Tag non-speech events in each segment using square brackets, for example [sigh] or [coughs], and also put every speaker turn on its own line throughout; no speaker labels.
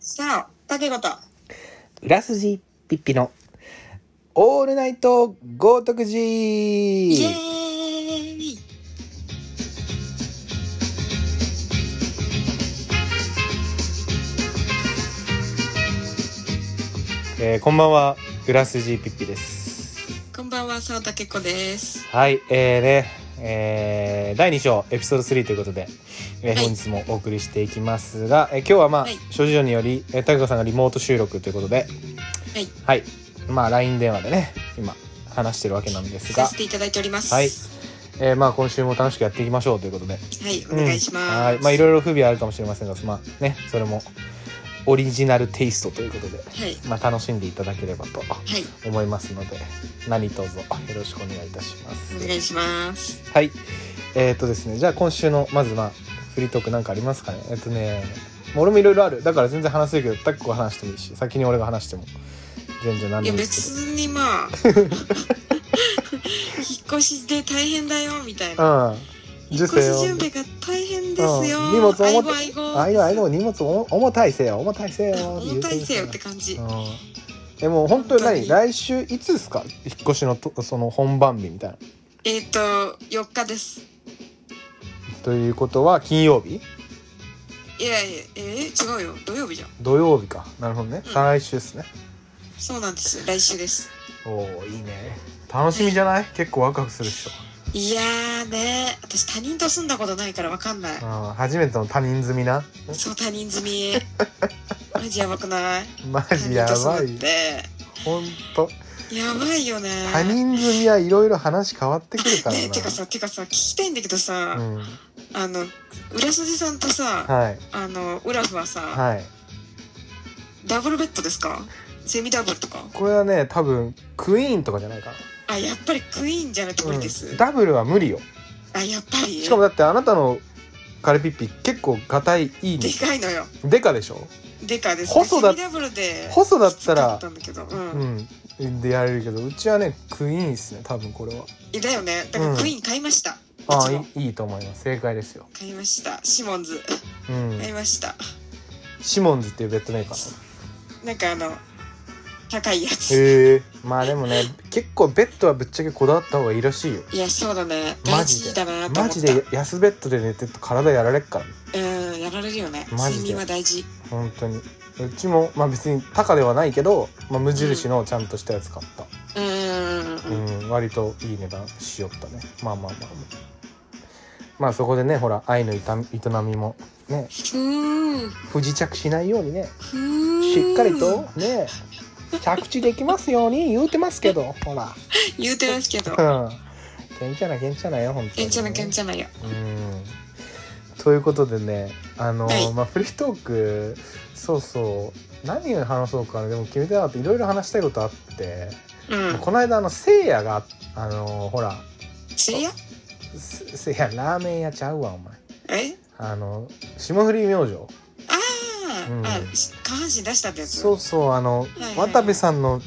さあ、竹方。
裏筋ピッピのオールナイト豪徳寺
イエーイ
えーこんばんは裏筋ピッピです
こんばんは、さあ竹子です。
はいえー、ねえー第2章エピソード3ということで、えー
はい
本日もお送りしていきますが、えー今日はまあ、
はい
諸事情により、えー、高子さんがリモート収録ということで
はい、
はいまあ LINE 電話でね今話してるわけなんです
さ
が
せ、ていただいております。
はいえーまあ今週も楽しくやっていきましょうということで
はい、お願いします。
うんはい、まあいろいろ不備はあるかもしれませんが、まあね、それもオリジナルテイストということで、
はい、
まあ楽しんでいただければと
はい、
思いますので、何卒よろしくお願いいたします。
お願いします。
はい、えっ、とですね、じゃあ今週のまずまあフリートークなんかありますかね。えっ、とね、まあ俺もいろいろある。だから全然話せるけど、タックは話してもいいし、先に俺が話しても全然何
い
で
や、
もいい
別
です
にま
[laughs]
あ、引っ越しで大変だよ、みたい
けど。う
な。
ん。
引っ越し準備
で
が大変ですよ。
うん荷物重た
あいご
あ
あい
い
ご。
のあいの荷物重重たいせよ重たいせよ
重たいせよって感じ。
うん、えもう本当
本
に
当
何
に
来週いつですか引っ越しのとその本番日みたいな
えっ、ー、と、4日です。
ということは金曜日
いやいや、えー、違うよ。土曜日じゃん。
土曜日かなるほどね
うん
再来週ですね、
そうなんです。来週です。
おおいいね楽しみじゃない結構ワクワクするっしょ、
いやーね私他人と住んだことないからわかんない
うん、初めての他人済みな
そう他人済
[laughs]
みマジやばくない
マ
他
ジ
人
や
と
ば
住むっ
い
て
ほんと
やばいよね
他人済みはいろいろ話変わってくるから
ねてかさてかさ聞きたいんだけどさ、
[laughs] なうん
あの浦筋さんとさ、
はい
あのウラフはさ、
はい
ダブルベッドですかセミダブルとか
これはね多分クイーンとかじゃないか
あやっぱりクイーンじゃないと無
な、
理
うん
です、
ダブルは無理よ
あやっぱり
しかもだってあなたのカレピッピ結構硬いいい
で
ね
かいのよ
でかでしょ
でかです
細だ
セミダブルで
細だった
きつか
ら
ったんだけどうん、
うんでやれるけどうちはねクイーンっすね多分これは
だよねだから
うん
クイーン買いました、
あ
うちも
あいいいいと思います正解ですよ
買いましたシモンズ
うん
買いました
シモンズっていうベッドメーカー
なんかあの高いやつ
へえまあでもね結構ベッドはぶっちゃけこだわった方がいいらしいよ
いやそうだね
マ
大
ジ
事だ
で
なと思
マ
っ
ジ
た
で安ベッドで寝てると体やられっから
うんやられるよね
マジで
睡眠は大事
本当にうちもまあ別に高ではないけど、まあ、無印のちゃんとしたやつ買った
うんうんうん
うん、割といい値段しよったねまあまあまあまあまあそこでねほら愛の営み営みもね
ふう
不時着しないようにね
ふう
しっかりとね着地できますように言うてますけどほら
言うてますけど
うんけんちゃなけんちゃなよ本当に、ね、
けんちゃなけんちゃなよ
うんということでねあの、
はい
まあフリートークそうそう何を話そうかなでも決めてなかったいろいろ話したいことあって、
うん
この間あのせいやがあのほら
釣り屋
せせやラーメン屋ちゃうわお前
え
あの霜降り明星
あー、
うん
あし下半身出したってやつ
そうそうあの、
いはい
渡部さんの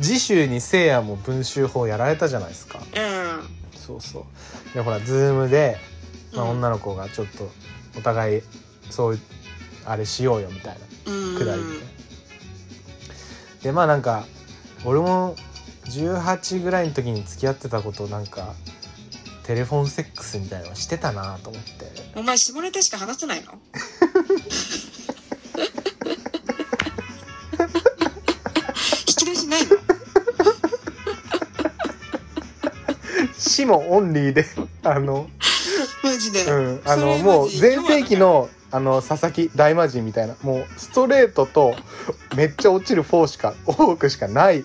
次週にせいやも文集法やられたじゃないですか
うん
そうそうでほらズームで、まあ、
うん
女の子がちょっとお互いそういうあれしようよみたいな
うん
くだりみたいなでまあなんか俺も18ぐらいの時に付き合ってたことなんかテレフォンセックスみたいなのしてたなと思って
お前下ネタしか話せないの引き出しないの
[laughs] 死もオンリーであの
マジで、
うん、あの
それ
もう
マジ
全盛期のあの佐々木大魔神みたいなもうストレートとめっちゃ落ちるフォーしか多くしかない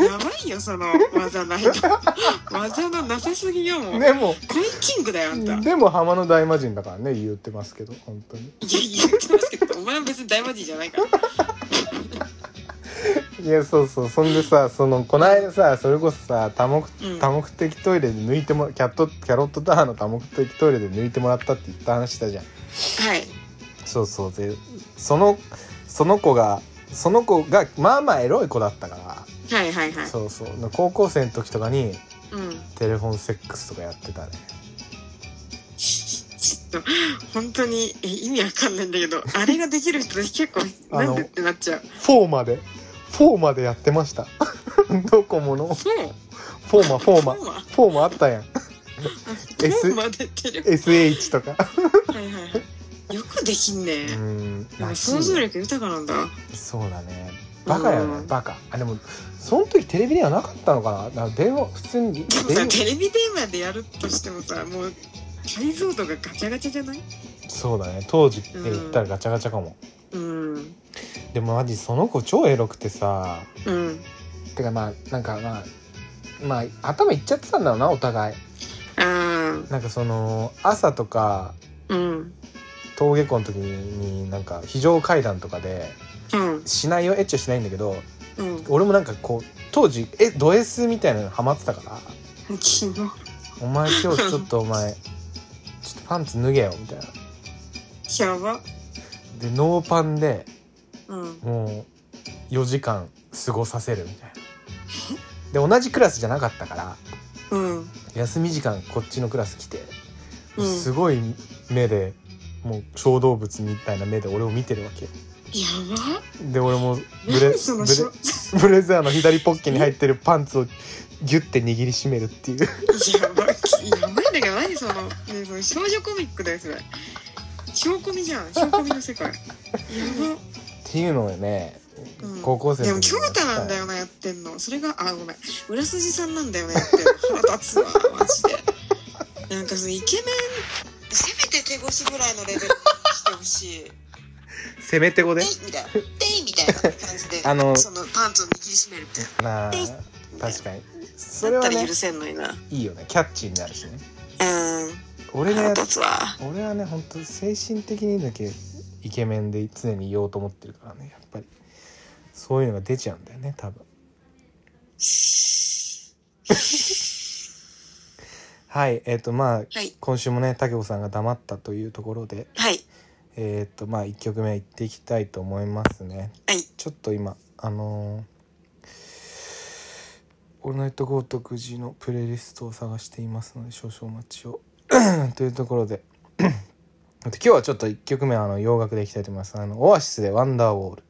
やばいよその技ないと技のなさすぎよもう、
でも
コインキングだよあんたいや
でも浜の大魔神だからね言ってますけど本当に
言ってますけどお前は別に大魔神じゃないから
いやそうそうそんでさそのこの間さそれこそさ多目
うん
多目的トイレで抜いてもキャットキャロットタワーの多目的トイレで抜いてもらったって言った話したじゃん
はい
そうそうでそのその子がその子がまあまあエロい子だったから
はいはいはい
そうそう高校生の時とかに
うん
テレフォンセックスとかやってたね
ちょっとでも本当にえ意味わかんないんだけどあれができる人たち結構
あ
な
の
んでってなっちゃう
4まで4までやってました [laughs] ドコモの
そう
フォーマフォーマ
マ
フォーマあったやん
フォーマ出てる
SH とか
はいはいはいよくできん
う
ね
ん
でも
らしい
想像力豊かなんだ
そうだねバカや
う
ね
ん
バカあでもその時テレビではなかったのかなだから電話普通に
でも
電
さ
話
テレビ電話でやるとしてもさもう解像度がガチャガチャじゃない
そうだね当時って言ったらガチャガチャかも、
うん
でもマジその子超エロくてさ
うん
てかまあなんかまあまあ頭いっちゃってたんだろうなお互い
あ
なんかその朝とか
ーうん
登下校の時になんか非常階段とかで
うん
しないよエッチはしないんだけど
うん
俺もなんかこう当時えド S みたいなのハマってたから
キモ
「お前今日ちょっとお前ちょっとパンツ脱げよ」みたいな
やば
でノーパンで
うん
もう4時間過ごさせるみたいなで同じクラスじゃなかったから
うん
休み時間こっちのクラス来て、
うん
すごい目でもう小動物みたいな目で俺を見てるわけよ
やば
で俺もブレブレ
何そのしょ
[laughs] ブレザーの左ポッケに入ってるパンツをギュッて握りしめるっていう [laughs]
やばきやばいんだけど何その,、ね、その少女コミックだよそれ小コミじゃん小コミの世界や
っていうのをね、
ば、うん、
高校生
で
の
も
時
京
にやった
太なん
[laughs]
だよなやってんのそれがあごめん裏筋さんなんだよなやってんの腹立つわマジでなんかそのイケメンせめて手越しぐらいのレベルにしてほし
[laughs]
い
せめて語
「で
で
い」みたいな「でい」みたいな感じで
あの
そのパンツを握りしめるみたいな
まあ
でい
確かにそれ
だっ
は
たら
ね
許せんのにない
いよねキャッチーになるしね
うん
俺の
腹
や
立つわ
俺はね本当精神的にだけイケメンで常にいようと思ってるからねやっぱりそういうのが出ちゃうんだよね多分はいえっ、とまあ
はい
今週もね武子さんが黙ったというところで
はい
えっ、とまあ1曲目いっていきたいと思いますね
はい
ちょっと今あのーオールナイト豪徳寺のプレイリストを探していますので少々お待ちを [clears throat] というところで [clears throat] 今日はちょっと1曲目はあの洋楽でいきたいと思いますあのオアシスで「ワンダーウォール」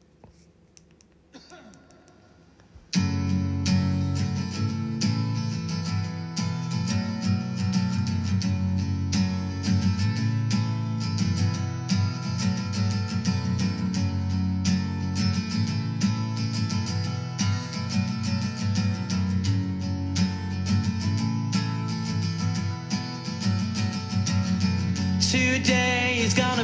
Today is gonna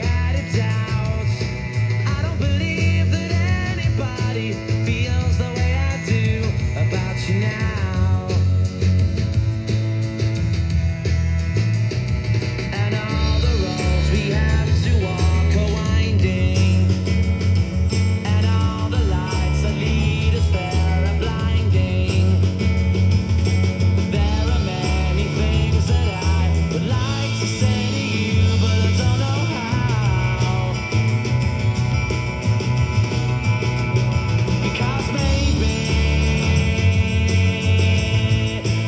had a doubt. I don't believe that anybody feels the way I do about you now. And all the roads we have to walk are winding. And all the lights that lead us there are blinding. There are many things that I would like to say to you, but I don't know how. Because maybe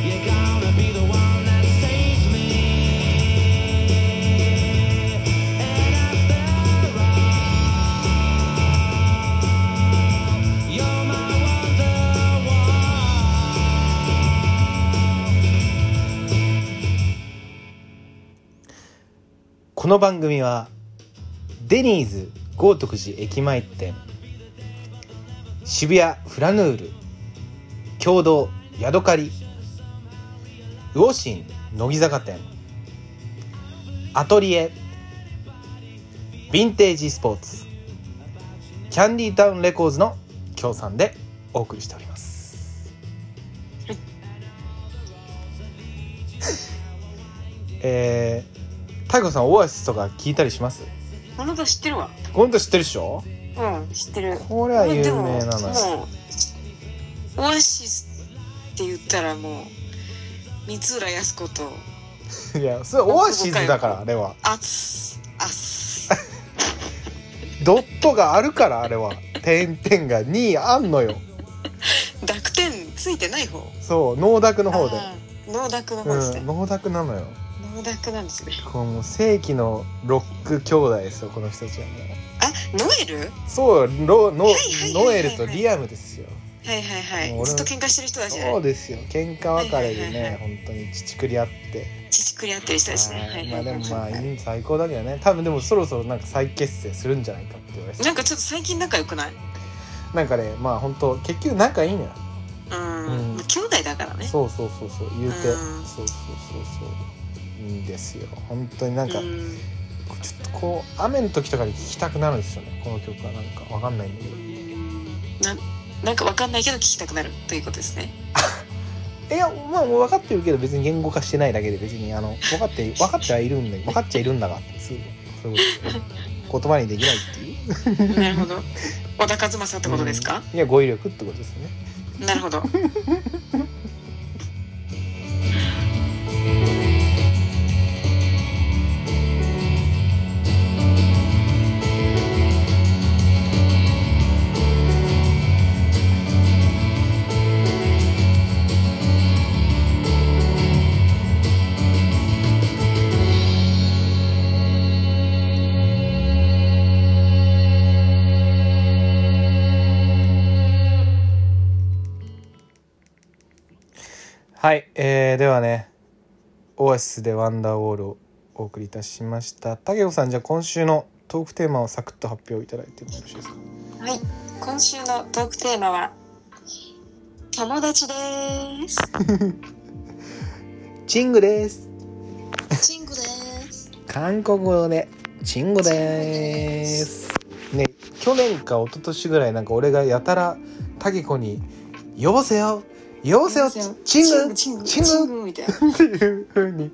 you're gonna be the one that saves me. And after all, you're my wonder one.
この番組はデニーズ豪徳寺駅前店渋谷フラヌール共同ヤドカリウオシン乃木坂店アトリエヴィンテージスポーツキャンディータウンレコーズの協賛でお送りしております
はい。
[laughs] えー、太鼓さんオアシスとか聞いたりします
この歌知ってるわ
この人知ってるっしょ
うん知ってる
これは有名な
で
の
も
よ
もうオアシスって言ったらもう三浦靖子と
いやそれオアシスだからあれは
あつあ
[laughs]
つ
ドットがあるからあれは点々が2あんのよ
濁点ついてない方
そう農濁の方で
あー農濁の方です
うん
ね、
農濁なのよ
農濁なんですね
こうもう世紀のロック兄弟ですよこの人たちはね
あノエル
そうよロノ
はいはいはいはい
ノエルとリアムですよ
はいはい
もう
はい
俺
ず
も
っと喧嘩してる人たち
そうですよ喧嘩別れで
はいはいはいは
ね本当にちちくり合って
ちくり合ってる人たちねは
はい
い
ま
は
あ
い
で
は
も
い
まあ
はい
いい最高だけどね多分でもそろそろなんか再結成するんじゃないかって言われて
なんかちょっと最近仲良くない
なんかねまあ本当結局仲いいのよ
うん、
うん
まあ兄弟だからね
そうそうそうそう言うてそううんそうそうそういいんですよ本当になんか、
うん
ちょっとこう雨の時とかに聴きたくなるんですよねこの曲はなんかわかんないんだけど
ななんかわかんないけど聞きたくなるということですね
いやまあもう分かってるけど別に言語化してないだけで別にあの分かって分かってはいるんだ分かっちゃいるんだがってそうそういうことです言葉にできないって
[laughs]
いう
なるほど小田和正ってことですか、
うんいや語彙力ってことですね
なる [laughs] ほど
はい、えー、ではねオアシスでワンダーウォールをお送りいたしました竹子さんじゃあ今週のトークテーマをサクッと発表いただいてもよろしいですか
はい今週のトークテーマは友達です
チングです
チングです
韓国語でチンゴですね去年か一昨年ぐらいなんか俺がやたらタケコに「呼ばせよ呼ばせよチング!」
チング
チング
チングみたいな
っていう風に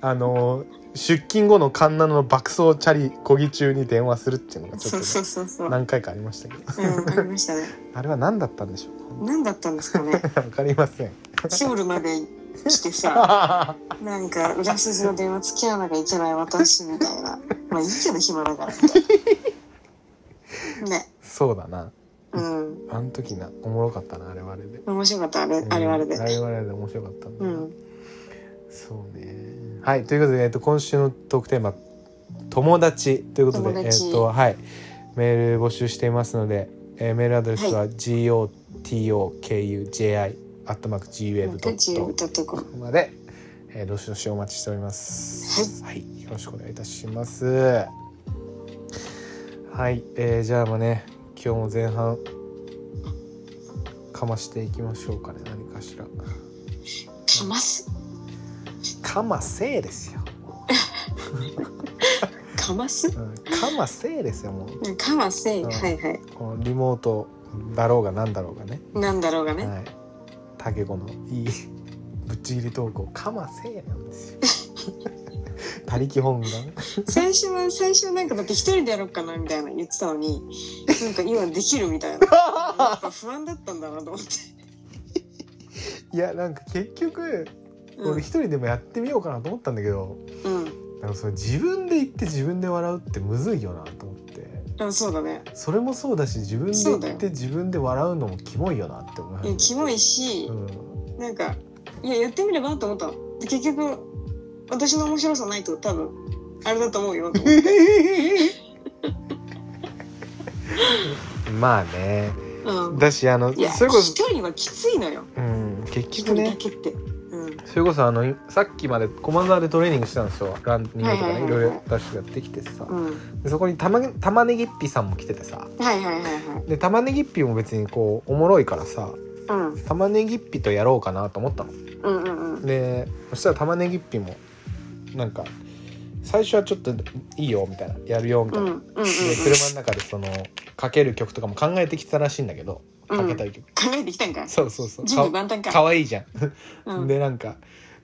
あの出勤後のカンナの爆走チャリこぎ中に電話するっていうのがちょ
そ
っ
う
と
そ
ね
うそうそう
何回かありましたけど [laughs]
うんありましたね
あれは何だったんでしょう
何だったんですか [laughs] ね
か [laughs] わかりません
ソウルまで来てさなんか裏筋の電話付き合わなきゃいけない私みたい [laughs] なまあいいけど暇だ [laughs] からみたいなね
そうだな
うん
あの時なおもろかったなあれはあれで
面白かったあれあれはあれで
うんあれはあれで面白かったんだ
う
なんそうね。はい、ということで、えっと、今週のトークテーマ、友達ということで、
友
え
達
っと、はい、メール募集していますので、えーメールアドレスは gotokuji、アットマーク
で自由
gwave.com
歌ってこう
まで、えー、どしどしお待ちしております。はい、よろしくお願いいたします。はい、えー、じゃあまあね、今日も前半、かましていきましょうかね、何かしら。
かます
かませーですよ。
かます
うんかませいですよもう
かませい
うん
はいはい
このリモートだろうがなんだろうがね
なんだろうがね
はいタケコのいいぶっちぎり投稿かませいなんです [laughs] よ他力本願
最初は最初なんかだって一人でやろうかなみたいな言ってたのになんか今できるみたいなやっぱ不安だったんだなと思って
[laughs] いやなんか結局
う
俺一人でもやってみようかなと思ったんだけど、
んうん
なんかそれ自分で言って自分で笑うってむずいよなと思って
あそうだね
それもそうだし自分で
そうだ
言
よ
って自分で笑うのもキモいよなって思
いや
う
キモいし
うん
なんかいややってみればと思ったので結局私の面白さないと多分あれだと思うよと思って
[laughs] まあね
うん
だしあの
いや
それこそ
一人はきついのよ
うん、結
一
局
人だ
ね
けって、うん、
それこそあのさっきまで駒沢でトレーニングしてたんですよランニングとか
はいはい
ね
はい
いろいろダッシュやってきてさ、
うん、
でそこにたま玉ねぎっぴさんも来ててさ
はいはいはいはい
で玉ねぎっぴも別にこうおもろいからさ
うん
玉ねぎっぴとやろうかなと思ったの
うんうんうん
でそしたら玉ねぎっぴもなんか最初はちょっといいよみたいなやるよみた
う
い
ん
な、
うんうんうん
で車の中でそのかける曲とかも考えてきてたらしいんだけどかけたい曲、
考えてきたんか
そうそうそう
準備万端
かか
か
[laughs] わいいじゃん
うん
でなんか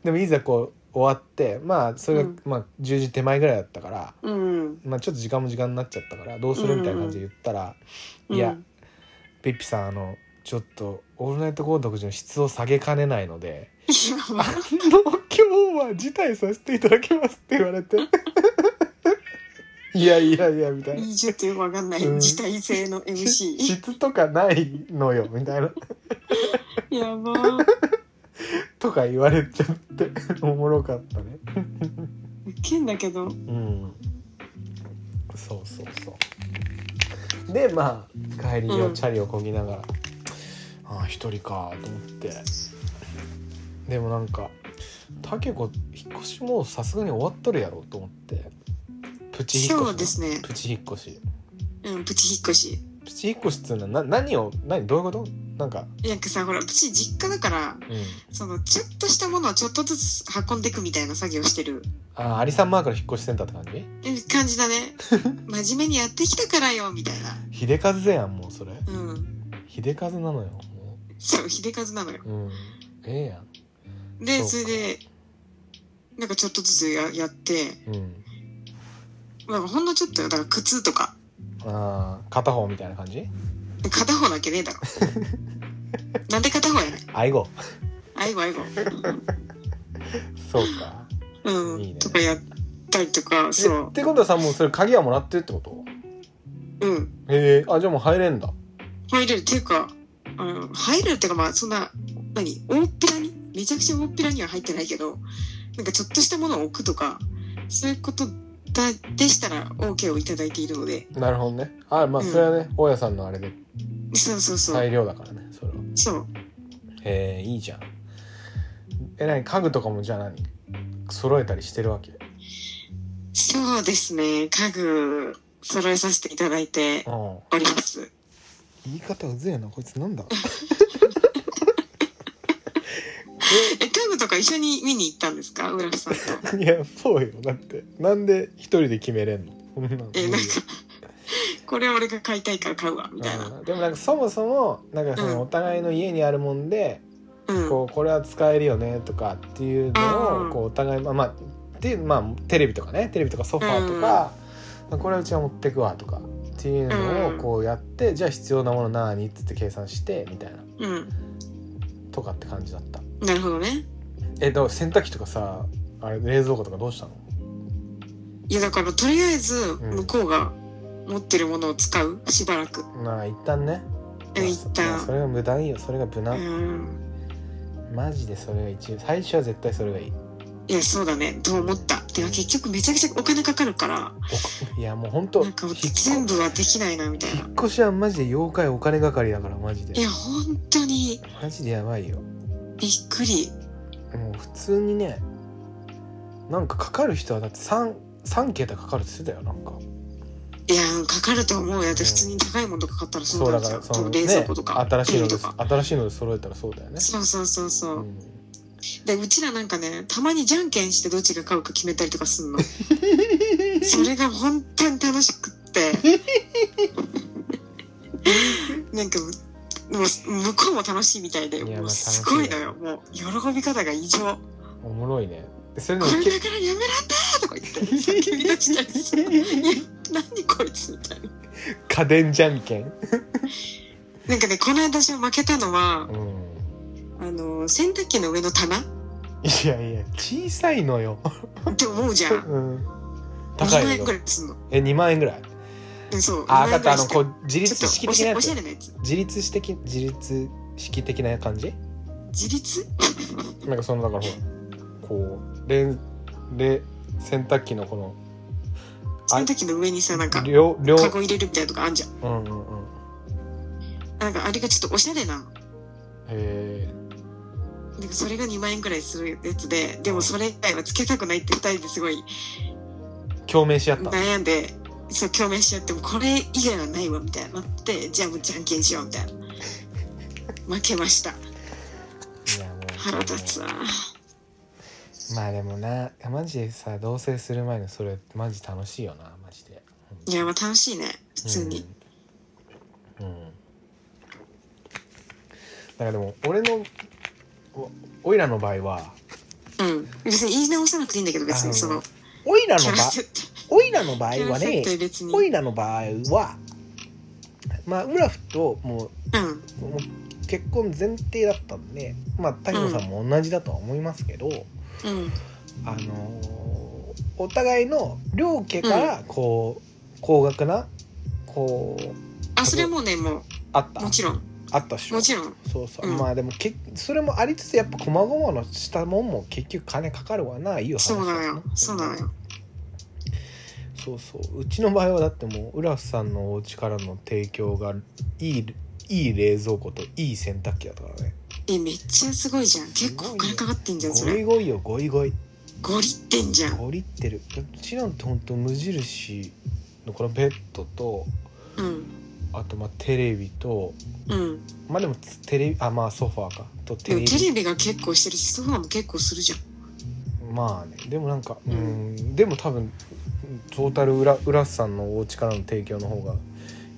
でもいざこう終わってまあそれが、
うん
まあ、10時手前ぐらいだったから、
うん
まあ、ちょっと時間も時間になっちゃったからどうするみたいな感じで言ったら「
うん
いやペッピさんあのちょっと『オールナイトゴー独自』の質を下げかねないので
いやまあ
「もう今日は辞退させていただきます」って言われて [laughs] 「いやいやいや」みたいな。
ちょっとよくわかんない
うん
自体性の
[laughs]
MC
質とかないのよみたいな
やば
とか言われちゃっておもろかったね
ウケんだけど
うんそうそうそうでまあ帰りを
うん
チャリをこぎながら、ああ一人かと思ってでもなんかタケ子引っ越しもうさすがに終わっとるやろうと思ってプチ引っ越し
そうですね
プチ引っ越し
うんプチ引っ越し
プチ引っ越しっつうのはな何を何どういうことなんか
なんかさほらプチ実家だから
うん
そのちょっとしたものをちょっとずつ運んでくみたいな作業してる
ああアリサンマークの引っ越しセンターって感じ
うん感じだね
[laughs]
真面目にやってきたからよみたいな
秀和ぜやんもうそれ
うん
秀和なのよも
そう秀和なのよ
ううんええやん
でそ
そう
れで
か
なんかちょっとずつややって
うん
なんかほんのちょっとよだから靴とか
ああ片方みたいな感じ
片方だけねえだ
[laughs]
ろなんで片方やねん
愛護 [laughs]
あいごあいご
そうか
うん、
いいね
とかやったりとか
え
そ
ってことはさもうそれ鍵はもらってるってこと
ううん
へえあじゃあもう入れんだ
入れるっていうかあの入れるっていうかまあそんな何大っぴらにめちゃくちゃ大っぴらには入ってないけどなんかちょっとしたものを置くとかそういうことだでしたら OK をいただいているので
なるほどねあまあそれはね、大家さんのあれで
そうそうそう、
裁量だからねそれは
そう
へえいいじゃんえ何家具とかもじゃあ何揃えたりしてるわけ
そうですね家具揃えさせていただいて
うん
おります
言い方うぜえなこいつなんだ
え家具とか一緒に見に行ったんですか浦木さんと
いやそうよだってなんで一人で決めれんのそんなの無理
え
よ
なんかこれ俺が買いたいから買うわみたいな
うんでもなんかそもそもなんかそ
うん
のお互いの家にあるもんで、
うん
こうこれは使えるよねとかっていうの
う
を
ん
こうお互いまあまあっていうまあテレビとかねテレビとかソファーとか、まあこれはうちは持ってくわとかっていうのをこうやって、じゃあ必要なもの何っつって計算してみたいな
うん
とかって感じだった
なるほどね
えだから洗濯機とかさあれ冷蔵庫とかどうしたの
いやだからとりあえず
ん
向こうが持ってるものを使うしばらく
まあ一旦ね
うん一
まあそまあそ
旦
れが無難よそれが無
う
難、
ん
マジでそれが一番最初は絶対それがいい
いやそうだねと思ったでも結局めちゃくちゃお金かかるから
いやもうほんと
なんか
引っ
全部はできないなみたいな
引っ越しはマジで妖怪お金係だからマジ
い
で
や本当に
マジでやばいよ
びっくり
もう普通にねなんかかかる人はだって 3, 3桁かかるって言ってたよなんか
いやかかると思うよだって普通に高いものとか買ったらそうな
だ
んですよ
からその
冷
ね
蔵庫とか
新しい
テ
ので
レビとか
新しいので揃えたらそうだよね
そうそうそうそうう、
ん
でうちらなんかねたまにじゃんけんしてどっちが買うか決めたりとかすん
[laughs]
のそれが本当に楽しくっ
[laughs]
てなんかもう向こうも楽しいみたいで
いやま
も
あ
う
楽しい
すごいのよもう喜び方が異常
おもろいねでそれで
こ
も
れ
け
だからやめらんだーとか言って叫び出したりす
[laughs]
るいや何こいつみたいな
家電じゃんけん、
なんかねこの間私負けたのは
うん、
あの洗濯機の上の棚
いやいや小さいのよ、
って思うじゃん
うん、高
2
い
万円
の
ぐらいすんの
え2万円ぐらい
うんそう
あ
2
分か
万円
っ
ぐら
たあ
い
の
し
こ
か
う自
ちょっ
立
と
式
お
的
し
なや
おしゃ
つ
れなやつ
自立式的自立式的な感じ
自立
なんかそのだからほらこうれんれ洗濯機のこのあ
洗濯機の上にさなんか
両両
カゴ入れるみたいなとかあんじゃん
うんうんうん
なんかあれがちょっとおしゃれなの
へ
なんかそれが2万円くらいするやつででもそれ以外はつけたくないって2人ですごい
え共鳴し合った
悩んでそう共鳴しちゃってもうこれ以外はないわみたいになってじゃあもうじゃんけんしようみ
[laughs]
たいな負けました
いやもう
腹立つわ
まあでもなマジでさ同棲する前のそれマジ楽しいよなマジで
いやまあ楽しいね普通に、
うん、うん、だからでも俺のおおいらの場合は
うん別に言い直さなくていいんだけど別
あの
にその
オイラの
キャ
場
ラ設定
オイラの場合
キャ
は
ラ設
ね
定別に
オイラの場合はまあウラフとも
うん
うもう結婚前提だったんでまあ滝野さんも同じだとは思いますけど、
うん
あのーお互いの両家からこう、高額なこう
あそれはもうねも
あっ
う
た
もちろん
あったっしょ
もちろん
そうそう、
うん
まあでもけそれもありつつやっぱ細々のしたもんも結局金かかるわないい話
そうなの
だ
よそうなのよ
そうそううちの場合はだってもう浦さんのお家からの提供がいいいい冷蔵庫といい洗濯機だったからね
えめっちゃすごいじゃん結構お金かかってんじゃんそ
ゴイ
れ
ゴイよゴイゴイ
ゴリってんじゃん
ゴリってるうちなんてほんと無印のこのベッドと
うん
あとまあテレビと
うん
まあでもテレビあまあソファーかと
で
テレ
も
ビ
テレビが結構してるしソファーも結構するじゃん
まあねでもなんかう
うんん
でも多分トータル浦浦さんのお家からの提供の方が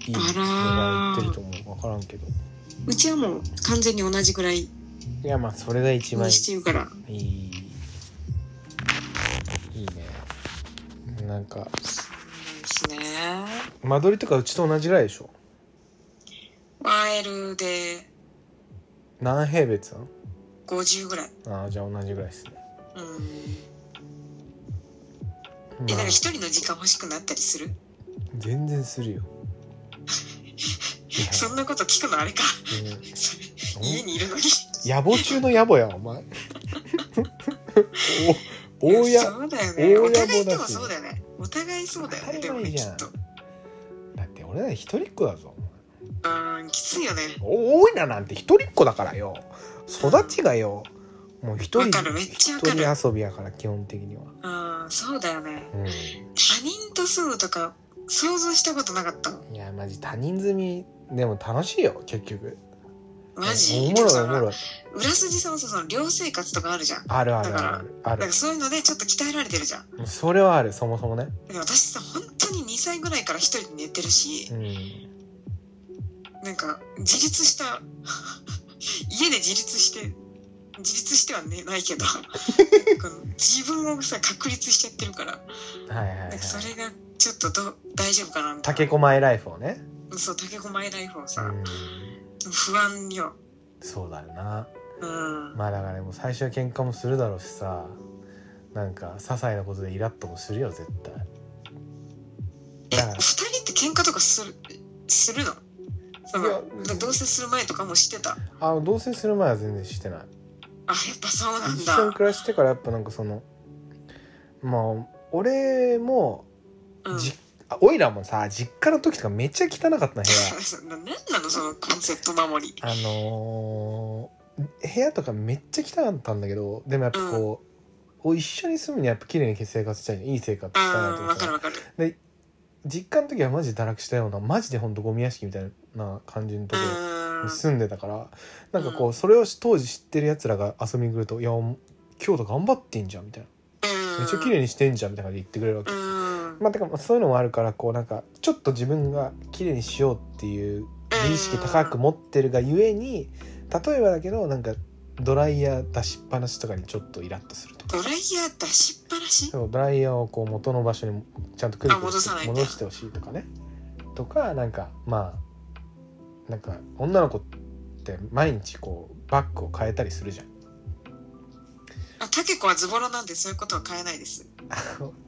いい
あらー
値段いってると思う分からんけど
うちはもう完全に同じぐらい
いやまあそれが一番
に
いい
してるから
いいいいねなんか
ですね
間取りとかうちと同じぐらいでしょ
YL で
何平米っつう
50ぐらい
のああじゃあ同じぐらいですね、
うんえ
ま
なんか
あ、
一人の時間欲しくなったりする
全然
[laughs]
するよいや
そんなこと聞くのあれか
うん
それ家にいるのに
野暮中の野暮やお
[laughs]
前お大や
そうだよね
大
お
家もだし
互いでもそうだよねお互いそうだよね
当
で
た
も
り前
ねき
じゃ
っ
ん
とう
だって俺ら一人っ子だぞ
ーんきついよね
お多いななんて一人っ子だからよ育ちがよもう一人
わかるめっちゃ
一
わかる
人遊びやから基本的には、
うんそうだよね
う
他人と住むとか想像したことなかった
ん、いやマジ他人住みでも楽しいよ結局
マジ
おもろい
そ
おも
の
ろい
裏筋さんはさその寮生活とかあるじゃん
あるある
だか
あ
ら
るあ
なん
る
かそういうのでちょっと鍛えられてるじゃん
それはあるそもそもね
でも私さ本当に2歳ぐらいから一人で寝てるし
うん
なんか自立した [laughs] 家で自立して自立してはねないけ
[laughs]
どなんかこの自分をさ確立しちゃってるから
はいはい、は
なんか、
い
それがちょっとど大丈夫かなみたいな
竹駒マイライフをね、
そうタケコマイライフを
う
さ、
ん、
不安よ
そうだよな
うん
まあだからでも最初は喧嘩もするだろうしさなんか些細なことでイラッともするよ絶対
え
だから
二人って喧嘩とかするするのそ
いや
の同棲する前とかもしてた
あ同棲する前は全然してない
あやっぱそうなん
一
だ
緒に暮らしてからやっぱなんかそのまあ俺も
うん
じ、あおいらもさ実家の時とかめっちゃ汚かったの部
そんな [laughs] 何なのそのコンセプト守り
屋あのー部屋とかめっちゃ汚かったんだけどでもやっぱこう、お一緒に住むにはやっぱ綺麗に生活したいいい生活したいなと
うん
思っ
わ
て
かるわかる
実家の時はマジ堕落したようなマジでほんとゴミ屋敷みたいな感じのところ
う
に
ん
住んでたからなんかこうそれを当時知ってるやつらが遊びに来ると「いやお今日と頑張ってんじゃん」みたいな。めっちゃ綺麗にしてんじゃんみたいな感じで言ってくれるわけ、
うん
まあてかまあそういうのもあるからこうなんかちょっと自分が綺麗にしようっていう美意識高く持ってるがゆえに例えばだけどなんかドライヤー出しっぱなしとかにちょっとイラッとするとか
ドライヤー出しっぱなし
そうドライヤーをこう元の場所にちゃんとくるくる
あ戻さないみたいな
戻してほしいとかねとかなんかまあなんか女の子って毎日こうバッグを変えたりするじゃん
あタケコはズボラなんでそういうことは変えないです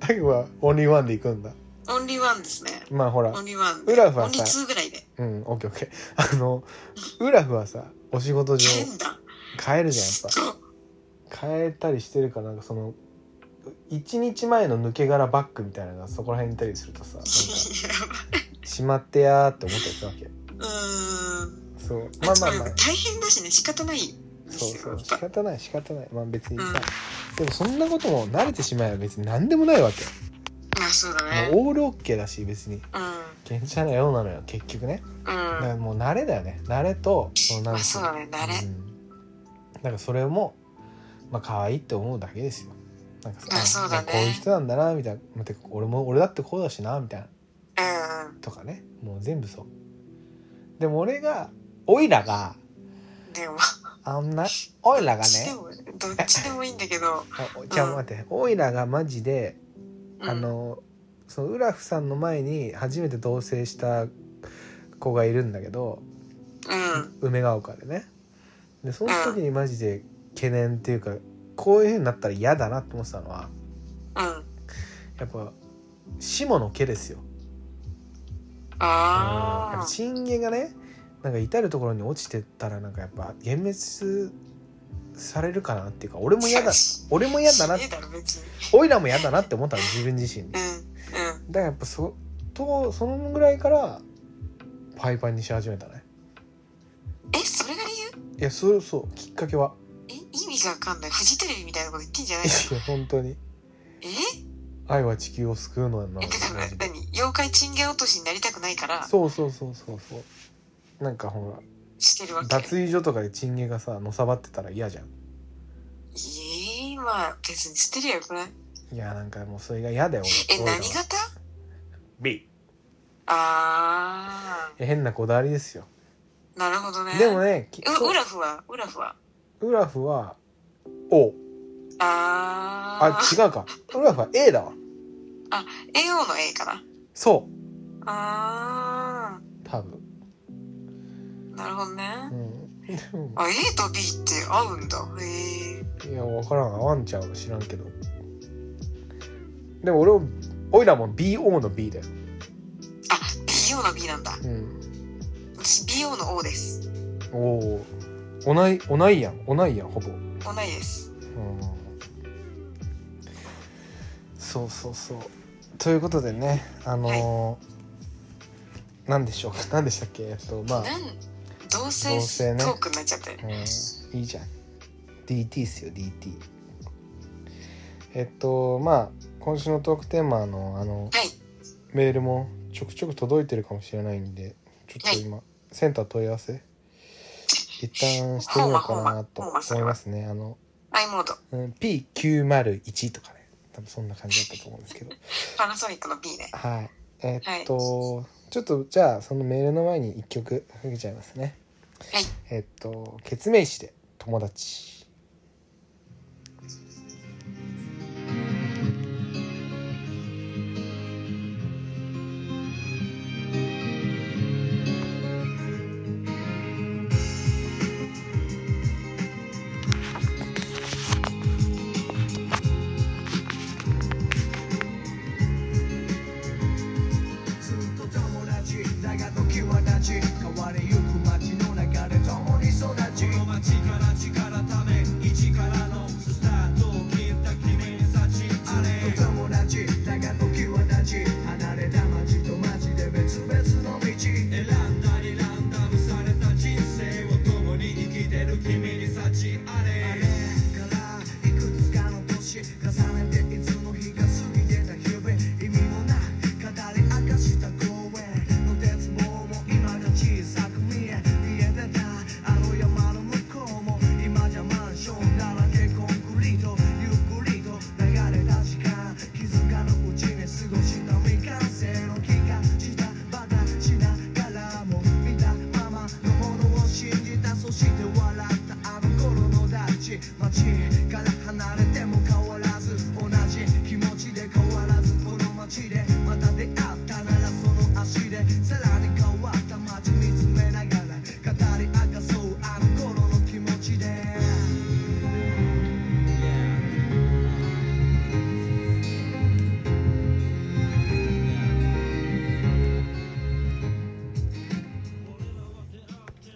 タグはオンリーワンで行くんだ
オンリーワンですね
まあほら
オンリーワン
ウラフは
オ
さ
ンリーツーぐらいで
うん、オッケーオッケー。あの、ウラフはさ、お仕事上、
変だ
変えるじゃん、やっ
そう
ぱ。変えたりしてるから、なんかその、一日前の抜け殻バッグみたいなのがそこら辺にいたりするとさ、なんか、しまってやーって思ったりするわけ。
うーん
そう。ま
ま
あ
あま
まあ
あ
まあ、
大変だしね仕方ないです
そう
よ
そう、仕
やっぱ
方ない、仕方ない。まあ別にさ
うん、
でもそんなことも慣れてしまえば別に何でもないわけ。
まあそうだね
もうオールオッケーだし、別に。
うん
괜찮아요なのよ、結局ね。だ
う
か
ん
らもう慣れだよね。慣れと、そのなん
まあ
ていう
そう
の
だね慣れ
うん、なんかそれもまあ可愛いって思うだけですよなんか
まあそうだね
こういう人なんだなみたいなまあてか俺も俺だってこうだしなみたいな
う
とかねもう全部そうでも俺がおいらが
んでも
あんなおいらが
で
ね
もどっちでもいいんだけど、
あじゃあ待ってオイラがマジで
うん
あのそのウラフさんの前に初めて同棲した子がいるんだけど
うん
梅ヶ丘でねでその時にマジで懸念っていうかこういう風になったら嫌だなと思ってたのは
うん
やっぱ下の毛ですよやっ
あ
ぱチンゲがねなんか至る所に落ちてったらなんかやっぱ幻滅されるかなっていうか俺
あ
も嫌だ俺も嫌だな
死ねえだろ別に
オイラも嫌だなって思ったの自分自身で
う
だか
んうん
らやっぱそとそのぐらいからパイパンにし始めたね
えそれが理由
いやそうそうきっかけは
え意味がわかんないフジテレビみたいなこと言ってんじゃない
い
の
や本当に
え
愛は地球を救うのなんだ
えだから何妖怪チンゲ落としになりたくないから
そうそうそうそうそうなんかほ
してるわ
ら
け
脱衣所とかでチンゲがさのさばってたら嫌じゃん
いえまあ別に捨てりゃよくない
いやなんかもうそれが嫌だよ
え
俺俺らは
何型
B
あ
え変なこだわりですよ
ーなるほどね
でもねき
うウラフはウラフは
ウラフは O
あ
あ
ー
違うかウラフは A だわ
AO の A かな
そう
あ
多分
ーなるほどね
うんでも
あ A と B って合うんだへえ
いや分からん合わんちゃう知らんけどでも俺もオイラも BO の B だよ
あ BO の B なんだ
うん
私 BO の O です
おおおないおないやんおないやんほぼうん
同いです
そうそうそうということでねあのーなんでしょうか [laughs] なんでしたっけえっとまあ
なん同
同
棲
棲ね
トークになっちゃってる
うんいいじゃん DT っすよ DT えっとまあ今週のトークテーマのあの
はい
メールもちょくちょく届いてるかもしれないんでちょっと今、センター問い合わせ一旦してみようかなと
ほうまほうまほうまそれ
思い
は
ますねあの、
i モード
うん P901 とかね多分そんな感じだったと思うんですけ
[laughs]
ど
パナソニックの B ね
はいえっと、ちょっとじゃあそのメールの前に一曲かけちゃいますね
はい
えっと「ケツメイシで友達」
ずっと友達だが時はなち変わりゆく街の中で共に育ちこの街から力ため一からのスタートを切った君に幸あれずっと友達だが時はなち離れた街と街で別々の道選んだにランダムされた人生を共に生きてる君に幸あれあれからいくつかの年重ねていつの日が過ぎてた日々意味もない語り明かした公園の鉄棒も今が小さく見え見えてたあの山の向こうも今じゃマンションだらけコンクリートゆっくりと流れた時間気づかぬうちに過ごした未完成の気がしたバタしながらも見たままのものを信じたそして笑ったあの頃の大地街から離れても変わらず同じ気持ちで変わらずこの街でまた出会ったならその足でさらに変わった街見つめながら語り明かそうあの頃の気持ちで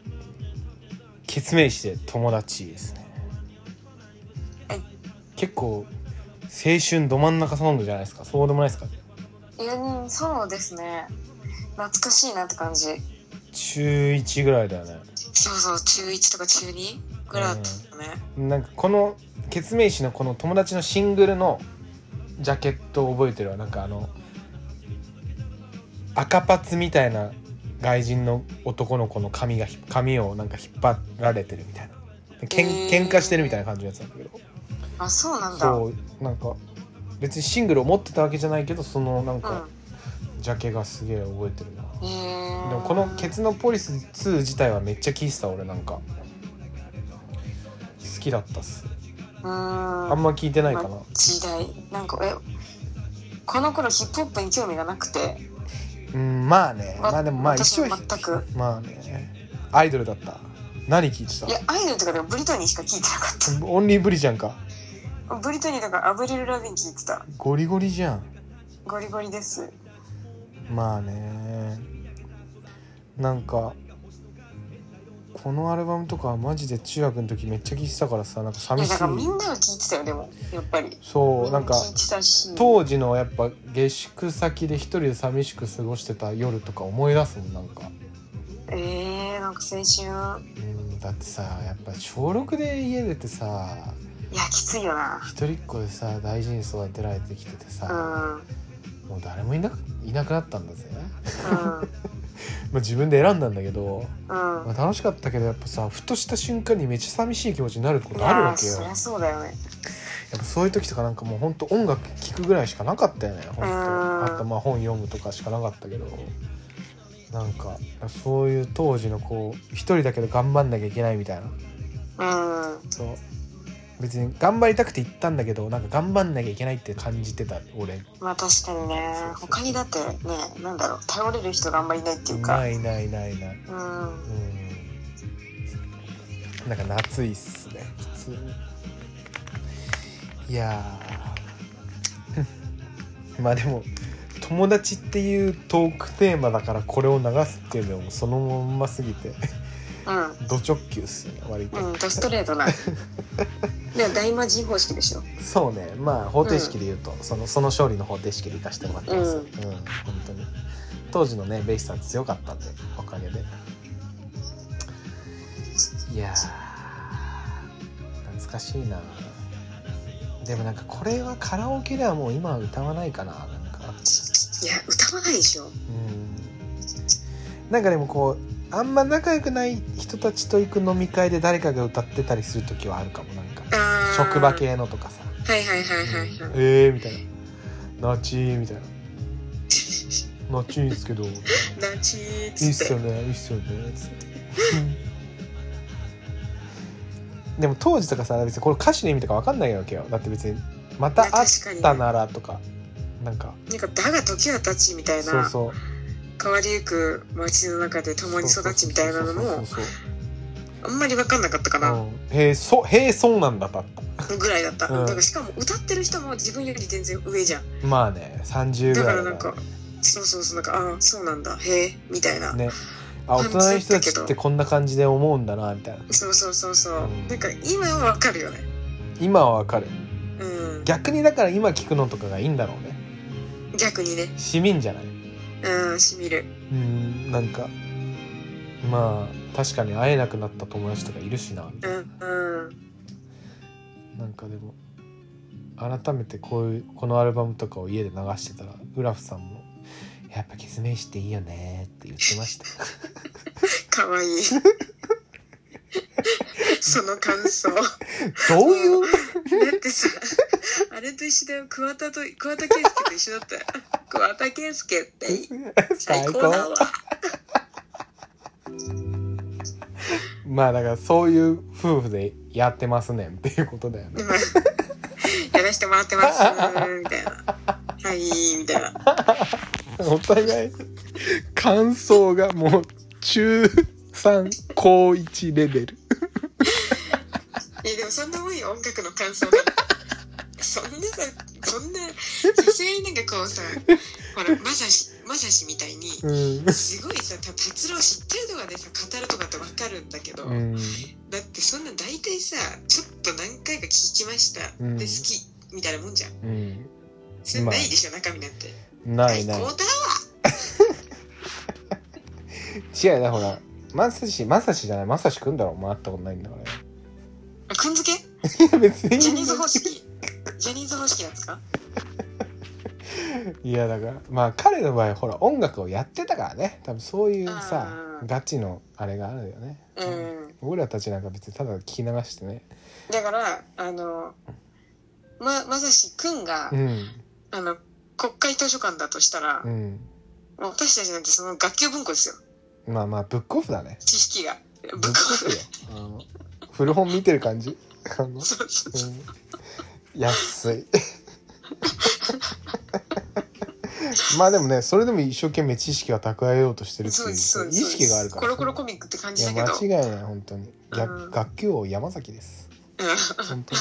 「ケツメイシで友達」ですね
はい
結構青春ど真ん中サウンドじゃないですかそうでもないですか
うんそうですね懐かしいなって感じ
中1ぐらいだよね
そうそう中1とか中2ぐらいだったね
なんかこの「ケツメイシのこの友達のシングルのジャケットを覚えてるわなんかあの赤パツみたいな外人の男の子の髪がひ髪をなんか引っ張られてるみたいなけん喧嘩してるみたいな感じのやつなんだけど
あそうなんだう
そうなんか別にシングルを持ってたわけじゃないけどそのなんか
ん
ジャケがすげえ覚えてるな
へえ
でもこの「ケツのポリス2」自体はめっちゃ聴いてた俺なんか好きだったっす
あ
あんま聞いてないかな
時代なんかえこの頃ヒップホップに興味がなくて
うんまあね
わ
まあでもまあ
私
一
も
応
全く
まあねアイドルだった何聞いてた
いやアイドルとかでもブリトニーしか聞いてなかっ
オンリーブリじゃんか
たブリトニーとかアブリル・ラビン聞いてた
ゴリゴリじゃん
ゴリゴリです
まあねなんかこのアルバムとかはマジで中学の時めっちゃ聴いてたからさなんか
い
寂
や
し
だからみ
い
んなが聞いてたよでもやっぱり
そうなんか
聞いてたし
当時のやっぱ下宿先で一人で寂しく過ごしてた夜とか思い出すもんなんか、
えー、なんか青春
うん、だってさやっぱ小6で家出てさ
いやきついよな
一人っ子でさ大事に育てられてきてて
う
さ、
んうん
もう誰もいなくいなくなったんだぜ [laughs] まあ自分で選んだんだけど、
うん
まあ、楽しかったけどやっぱさふとした瞬間にめっちゃ寂しい気持ちになるこ
い
とある
や
わ
ー
けよ
そりゃそうだよね
やっぱそういう時とかなんかもうほんと音楽聴くぐらいしかなかったよねほ
う
んと
ん
あとまあ本読むとかしかなかったけどなんかそういう当時のこう一人だけど頑張んなきゃいけないみたいな
うん
そう別に頑張りたくて行ったんだけどなんか頑張んなきゃいけないって感じてた俺
まあ確かにね
そうそう
他にだってねなんだろう頼れる人があんまりいないっていうか
ないないないない
うん
うんなんか夏いっすね普通にいやー [laughs] まあでも友達っていうトークテーマだからこれを流すっていうのもそのまんますぎて
うん
ド直球っすね割と、
うん、ドストレー
[laughs]
トな。でも大魔神方式でしょ。
そうねまあ方程式で言うと、そのその勝利の方程式で生かしてもらってます、
う
うんん本当に当時のねベイスさん強かったんでおかげでいやー懐かしいなでもなんかこれはカラオケではもう今は歌わないかななんか
いや、歌わないでしょ。
うんなんかでもこうあんま仲良くない人たちと行く飲み会で誰かが歌ってたりする時はあるかもなんか
あー
職場。系のとかさ
はいはいはいはいはい。
えー、みたいな「ナチー」み
[laughs]
たいな「ナチーいいっすけどいい
ラチーっ
っ
つっ
す
て。
よねいいっすよね」つってでも当時とかさ別にこれ歌詞の意味とか分かんないわけよだって別に「また会ったなら」とかなんか
なんか、だが時は経ちみたい
そう
な、
そう
変わりゆく街の中で共に育ちみたいなの
そうそう
も、
そうそう
あんまり分かんなかったかな、
うんへえそへえそうなんだだっ
ぐらいだった。
うん
だから、しかも歌ってる人も自分より全然上じゃん。
たまあね30ぐ
だからら
い
なんか、そうそうそう、なんか、ああ、そうなんだ、へえ、みたいな。
ねあ大人の人たちってこんな感じで思うんだなみたいな
そうそうそうそうう。
ん
なんか、今は分かるよね。
今はわかる
うん。
逆にだから今聞くのとかがいいんだろうね
逆にね。
市民じゃない
うん、しみる。
うんなんかまあ確かに会えなくなった友達とかいるしなみた
う
い
ん、うん。
ななんかでも改めてこういうこのアルバムとかを家で流してたらウラフさんも「やっぱケツメイシっていいよね」って言ってました
かわいい。その感想。だ
どういう
ってさ、あれと一緒だよ。桑田と、桑田佳祐と一緒だったよ。桑田佳祐って最
最
高だ
高
わ。
まあだからそういう夫婦でやってますねんっていうことだよね
今、やらせてもらってます。みたいな。はい、みたいな。
お互い感想がもう中3高1レベル
いや、でもそんな多いよ、音楽の感想が。そんなさ、そんな、さすがになんかこうさ、ほら、まさし、まさしみたいに、
うん
すごいさ、た達郎知ってるとかでさ、語るとかってわかるんだけど、
うん
だってそんな大体さちょっと何回か聞きました、
うん
で好きみたいなもんじゃん
うん
それないでしょ、中身なんて
ないない
最高だ
違うなほらまさしまさしじゃないまさしくんだろお前会ったことないんだから
あくんづけ
いや別
ジャニーズ
に
方式ジャニーズ方式なんですか
いやだからまあ彼の場合ほら音楽をやってたからね多分そういうさ
うん
ガチのあれがあるよね
うん
僕らたちなんか別にただ聞き流してね
だからあのままさしくんが、
うん
あの国会図書館だとしたら、
うん
もう私たちなんてその学級文庫ですよ
まあまあブックオフだね
知識が
ブ
文
ックオ
庫
フよあの古本見てる感じ [laughs] あの、
そうそう
う、
そうん
安いまあでもねそれでも一生懸命知識は蓄えようとしてるって
そう
いう
で
意
すそうです
識があるから
コロコロコミックって感じだ
い
け
や
どうん
間違いない本当に、逆
うん
学級王山崎です
や
本当
ばい
に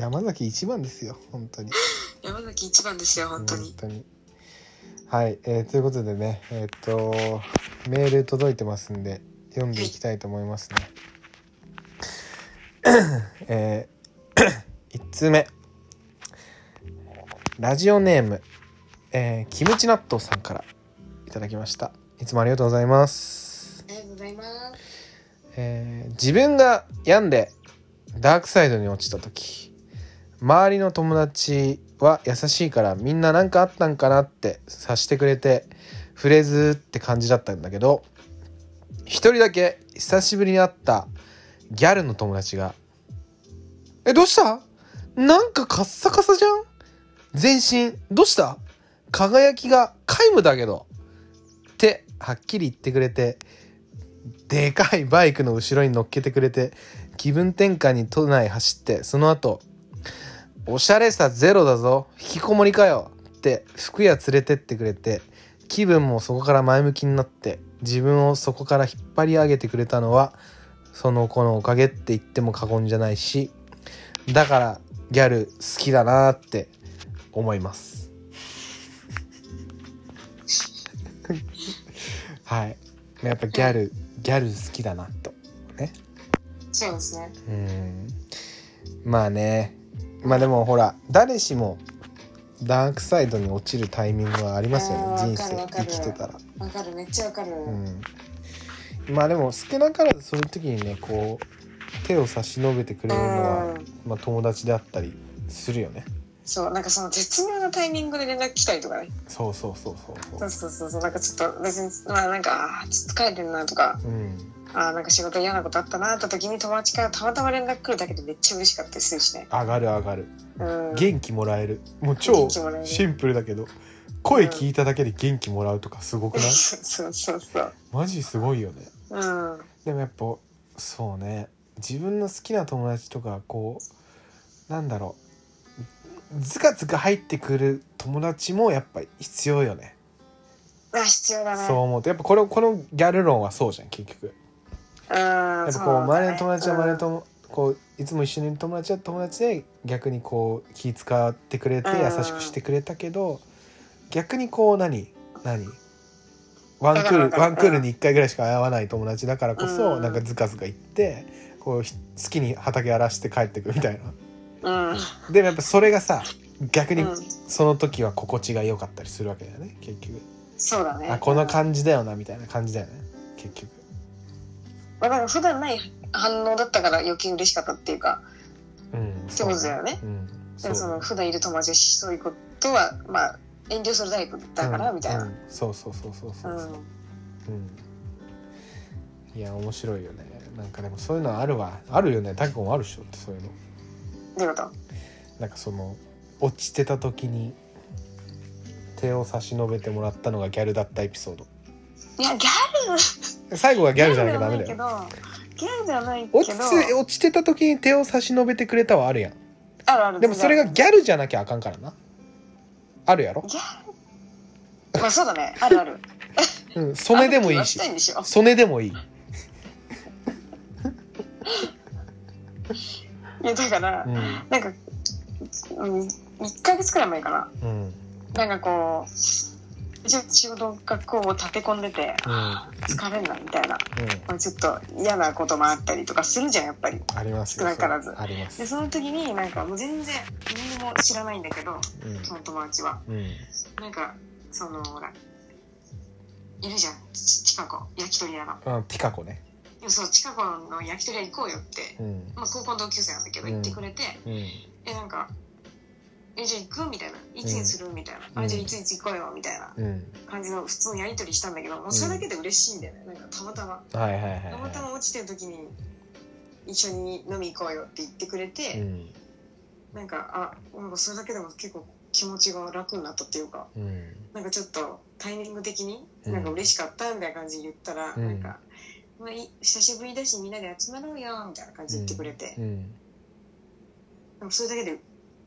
山崎一番ですよ本当に
山崎一番ですよ本当に
はい、えーということでねえーっとメール届いてますんで読んでいきたいと思いますねえー、1通 [coughs] 目ラジオネーム、えーキムチ納豆さんからいただきましたいつもありがとうございます、
ありがとうございます
えー自分が病んでダークサイドに落ちた時周りの友達は優しいからみんな何かあったんかなって察してくれて触れずって感じだったんだけど一人だけ久しぶりに会ったギャルの友達が「えどうしたなんかカッサカサじゃん全身どうした輝きが皆無だけど」ってはっきり言ってくれてでかいバイクの後ろに乗っけてくれて気分転換に都内走ってその後おしゃれさゼロだぞ引きこもりかよって服屋連れてってくれて気分もそこから前向きになって自分をそこから引っ張り上げてくれたのはその子のおかげって言っても過言じゃないしだからギャル好きだなーって思います。 [laughs] はいやっぱギャルギャル好きだなとね
そうですね
うんまあねまあでもほら誰しもダークサイドに落ちるタイミングはありますよ
あーわ
ね人生
かるわか
生
る
きてたら、
わかるめっちゃわかる、
うん、まあでも少なからずそういう時にねこう手を差し伸べてくれるのは、
うん
まあ、友達であったりするよね
そうなんかその絶妙なタイミングで連絡来たりとかね
そうそうそうそ
そ
うそう
うそうそうそうなんかちょっと別にまあなんかあーちょっと疲れてるなとか
うん
あーなんか仕事嫌なことあったなって時に友達からたまたま連絡来るだけでめっちゃ嬉しかったりするしね
上がる上がる
うん
元気もらえるもう超
元気もらえる
シンプルだけど声聞いただけで元気もらうとかすごくない
そうそうそう
マジすごいよね
うん
でもやっぱそうね自分の好きな友達とかこうなんだろうずかずか入ってくる友達もやっぱ必要よね
あ必要だね
そう思うとやっぱこれこのギャル論はそうじゃん結局
うん
や
や
っぱこう周りの友達は周りの友こういつも一緒にいる友達は友達で逆にこう気遣ってくれて
うん
優しくしてくれたけど逆にこう何何ワンクー
わかるわかる
ルワンクールに1回ぐらいしか会わない友達だからこそ
うん
なんかズカズカ行ってこうひ好きに畑荒らして帰ってくみたいな [laughs]
うん
でもやっぱそれがさ逆
う
に
ん、
その時は心地が良かったりするわけだよね結局
そうだね
あこの感じだよなみたいな感じだよね結局
まあなんか普段ない反応だったから余計嬉しかったっていうか
うん
そうだよね
うん
そ
そう
の普段いる友達はしそういうことはまあ遠慮するタイプだから
うん
みたいな、
うんそうそうそうそうそううんそううんいや面白いよねなんかでもそういうのあるわあるよねタケコもあるっしょってそういうの
どういうこと
なんかその落ちてた時に手を差し伸べてもらったのがギャルだったエピソード
いやギャル
最後はギャルじゃな
ギ
き
ャ
ゃダ
ル
メ
で
だ
は
よ
ないけどギャルではないけど
落ちて落ちてた時に手を差し伸べてくれたはあるやん
あるある
でもそれが
ギ
ギャルじゃなきゃあかんからなあるやろ、
ャルまあそうだねあるあ
[laughs]
る
うん、染めでもいいし
ある気はしたいんでしょ
染めでもいい
いやだから、
うん
なんか、うん、1ヶ月くらい前かな
うんうん
なんかこう一応仕事学校を立て込んでて
うん
疲れんなみたいなちょっと嫌なこともあったりとかするじゃんやっぱり
ありますよ
少なからず
あります
でその時になんかもう全然何にも知らないんだけどその友達は
うんうん
なんかそのほらいるじゃんち近く焼き鳥屋の
あピカコね。
でもそう近くの焼き鳥屋行こうよって、
うん。
まあ、高校の同級生なんだけど
うん
行ってくれて、
うん。
えなんかえじゃあ行くみたいないつにするみたいな、
うん
あじゃあいついつ行こうよみたいな
うん。
感じの普通のやり取りしたんだけどもうそれだけで嬉しいんだよねなんかたまたま
はいはいはい
たまた
は
ま落ちてる時に一緒に飲み行こうよって言ってくれ
い。う
て、
ん。
なんかあなんかそれだけでも結構気持ちが楽になったっていうか
うん。
なんかちょっとタイミング的に
うん
なんか嬉しかったみたいな感じで言ったら、
うん
なんかまあ、い久しぶりだしみんなで集まろうよみたいな感じで言ってくれて、
うん、
でもそれだけで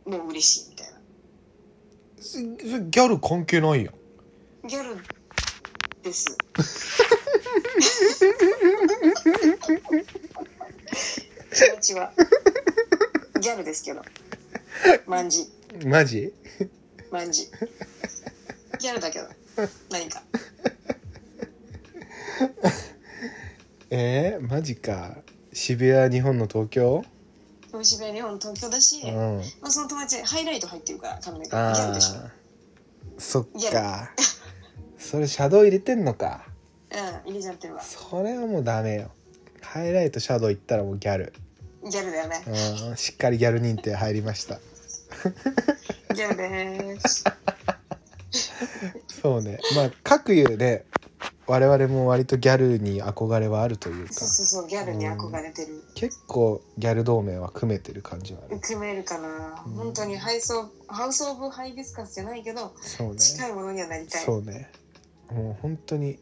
もう嬉しいみたいな
それギャル関係ないやん
ギャルです。気持ちは。ギャルですけど。万事、
マジ
万事。ギャルだけど、何か。
えー、マジか渋谷日本の東京
東渋谷、日本、東京だし、
うん
まあ、その友達、ハイライト入ってるから、髪の毛。ギャル
あ
でしょ。
あそっ
ギャ
か [laughs] それシャドウ入れてんのか
うん、入れちゃってるわ。
それはもうダメよハイライトシャドウいったらもうギャル
ギャルだよね。
うんしっかりギャル認定入りました
ギャルでーす。
そうねまあ各有ね我々も割とギャルに憧れはあるというか
そうそうそう、ギャルに憧れてる。
結構ギャル同盟は組めてる感じはある
組めるかな。
うん
本当にハイソハウス・オブ・ハイビスカスじゃないけど、
そうね
近いものにはなりたい。
そうねもう本当に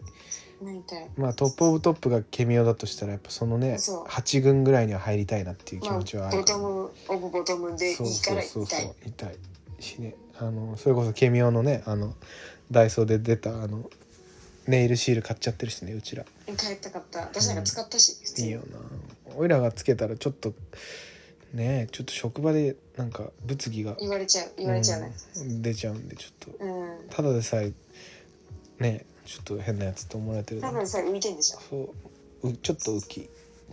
なりたい。
まあトップオブトップがケミオだとしたらやっぱそのね
そう
8軍ぐらいには入りたいなっていう気
まあ
持ちはある
ボ
から
トムオブボトムでいいから痛い。
痛いしねあのそれこそケミオのねあのダイソーで出たあのネイルシール買っちゃってるしねうちら
帰ったかった。私なんか使ったし、普通
い
に
いよなおいらがつけたらちょっとねえちょっと職場でなんか物議が
言われちゃう言われちゃうね。
うん出ちゃうんでちょっと
うん。
ただでさえねえちょっと変なやつと思われてるの
多
に
分さ浮いてんでしょ。
そううちょっと浮き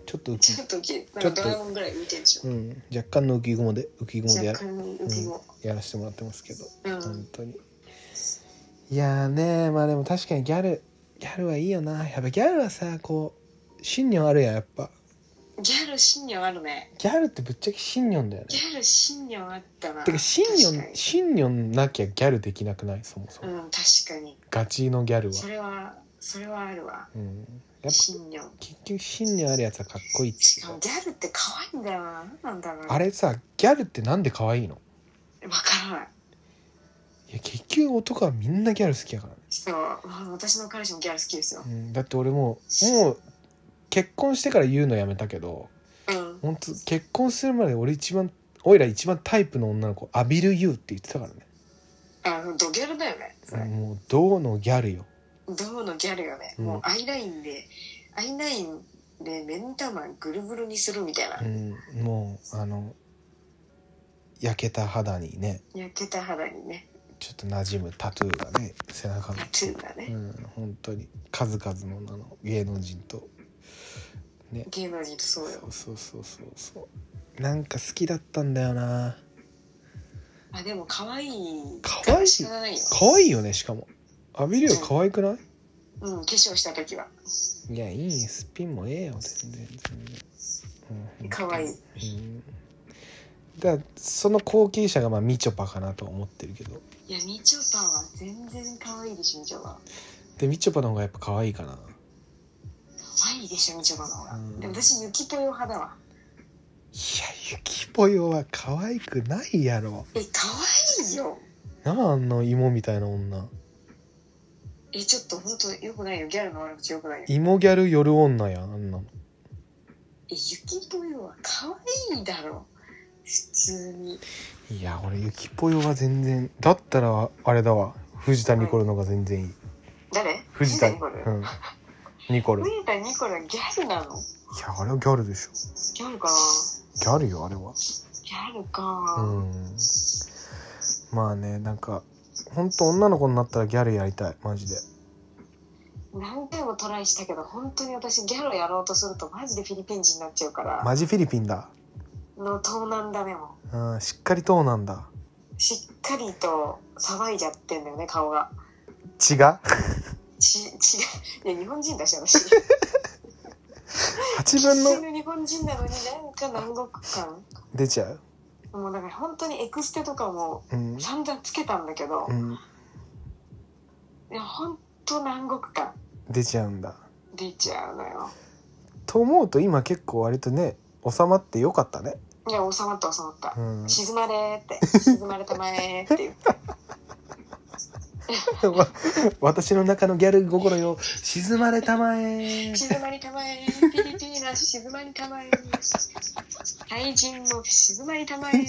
ちょっと浮き
ちょっと浮き、なんかドラゴンぐらい浮いてんでしょ
う。ん若干の浮き雲で浮き雲でや
若
る
干の浮きも。
やらせてもらってますけど、
うん
本当にいやーねまあでも確かにギャルギャルはいいよなやっぱギャルはさこう信念あるやんやっぱ
ギャル信念あるね。
ギャルってぶっちゃけ信念だよね
ギャル信念あったな。
てか信
確か
念
に
信念なきゃギャルできなくないそもそ
う
も、
ん確かに。
ガチのギャルは
そ、れはそれはあるわ。
うん、やっぱ
信念。
結局信念あるやつはかっこいいって
し
いう
かも
か
ギャルって可愛いんだよな。なんだろうな。
あれさギャルってなんで可愛いの
わからない。
いや結局男はみんなギャル好きやからね
そう。うん私の彼氏もギャル好きですよ。
うん、だって俺もうもう結婚してから言うのやめたけど
うん。
本当結婚するまで俺一番おいら一番タイプの女の子アビル・ユーって言ってたからね、
あドギャルだよね。それ
もう銅のギャルよ
どうのギャルよね、
うん
もうアイラインでアイラインで目ん玉ぐるぐるにするみたいな
う、ん、もうあの焼けた肌にね
焼けた肌にね
ちょっと馴染むタトゥーがね背中の
タトゥーが
う
ね、
ん本当に数々のあの芸能人と
芸能人とそうよ
そうそうそうそうそうなんか好きだったんだよな
あでも可愛い
可愛い
仕方ないよ、
可愛いよねしかもアビル・ユー可愛くない
うん、化粧した時はい
やいいスピンもええよ全然全然、うん、
可愛い
うんだからその後継者がまあみちょぱかなとは思ってるけど
いやみちょぱは全然可愛いでしょみちょぱ
でみちょぱの方がやっぱ可愛いかな
可愛いでしょみちょぱの方が、
うん
でも私ゆきぽよ派だわ
いやゆきぽよは可愛くないやろ
え可愛いよ
なああの芋みたいな女
えちょっと本当よくないよギャルの悪口よくないよえ
芋ギャル夜女やんあんなの
ゆきぽよは可愛いだろ普通に
いや俺ゆきぽよは全然だったらあれだわ藤田ニコルの方が全然いい
誰
藤田
ニコル
うんニコルい
藤田ニコルはギャルなの
やあれはギャルでしょ
ギャルかな
ギャルよあれは
ギャルか、
うんまあねなんか本当女の子になったらギャルやりたいマジで
何回もトライしたけど本当に私ギャルをやろうとするとマジでフィリピン人になっちゃうから、
マジフィリピンだ、
の東南だねも
うん、しっかりとなんだ
うしっかりと騒いじゃってんだよね顔が
血が
ち [laughs] 違ういや日本人だし
[laughs]
私普
8分
通
の
の日本人なのになんか南国感
出ちゃう
もうだから本当にエクステとかも
うん、
散々つけたんだけど、
うん、
いや本当南国感
出ちゃうんだ
出ちゃうのよ
と思うと今結構割とね収まってよかったね
いや収まった収まった
う、ん [laughs]
沈まれーって沈まれたまえーって言って
わ [laughs] 私の中のギャル心よ静まれたまえ
静まりたまえ、ピリピリなし静まりたまえ、愛人も静まりたまえ。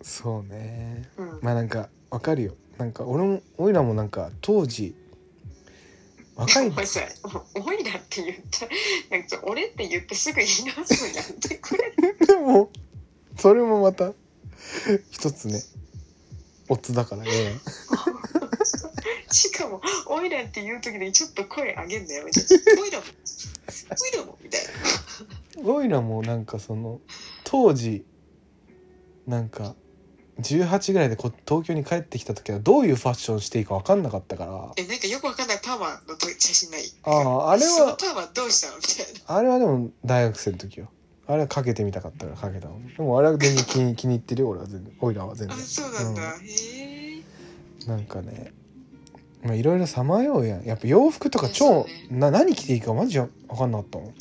そうね
うん、
まあなんかわかるよなんか俺もおいらもなんか当時若い
お前さ、おいらって言った、なんか俺って言ってすぐ言い直すのやってくれ。
でもそれもまた一つねオッズだからね
しかも、おいらって言う時にちょっと声上げんのやめて。おいらも、おいらも、みたいな。
おいらもなんかその当時なんか18ぐらいでこ東京に帰ってきた時はどういうファッションしていいか分かんなかったから
え、なんかよくわかんないパーマのと写真ない。
あああれ
その
は
パーマどうしたのみたいな。
あれはでも大学生の時よあれはかけてみたかったからかけたのでもあれは全然気に気に入ってるよ俺は全然おいらは全
あ、
然
そうなんだ。
う
へえ。
んなんかねまあいろいろさまようやんやっぱ洋服とか
そうね
超、な何着ていいかマジで分かんなかったもん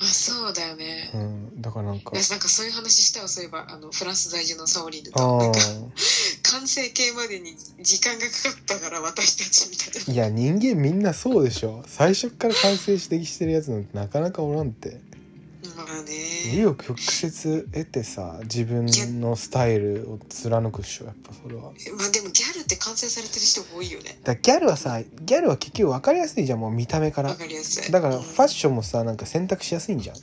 あ、そうだよね。
うん、だからなんか
いや。なんかそういう話したわそういえばあのフランス在住のサオリーヌと
あ
なんか
あ。
完成形までに時間がかかったから私たちみたいない
や、人間みんなそうでしょ。最初っから完成指摘してるやつなんてなかなかおらんって。
まあね
紆余曲折得てさ、自分のスタイルを貫くっしょ、やっぱそれは。
まあでもギャルって完成されてる人多いよね
だギャルはさ、ギャルは結局分かりやすいじゃん、もう見た目か
わ
ら。
かりやすい
だから
うん
ファッションもさ、なんか選択しやすいんじゃん。
あ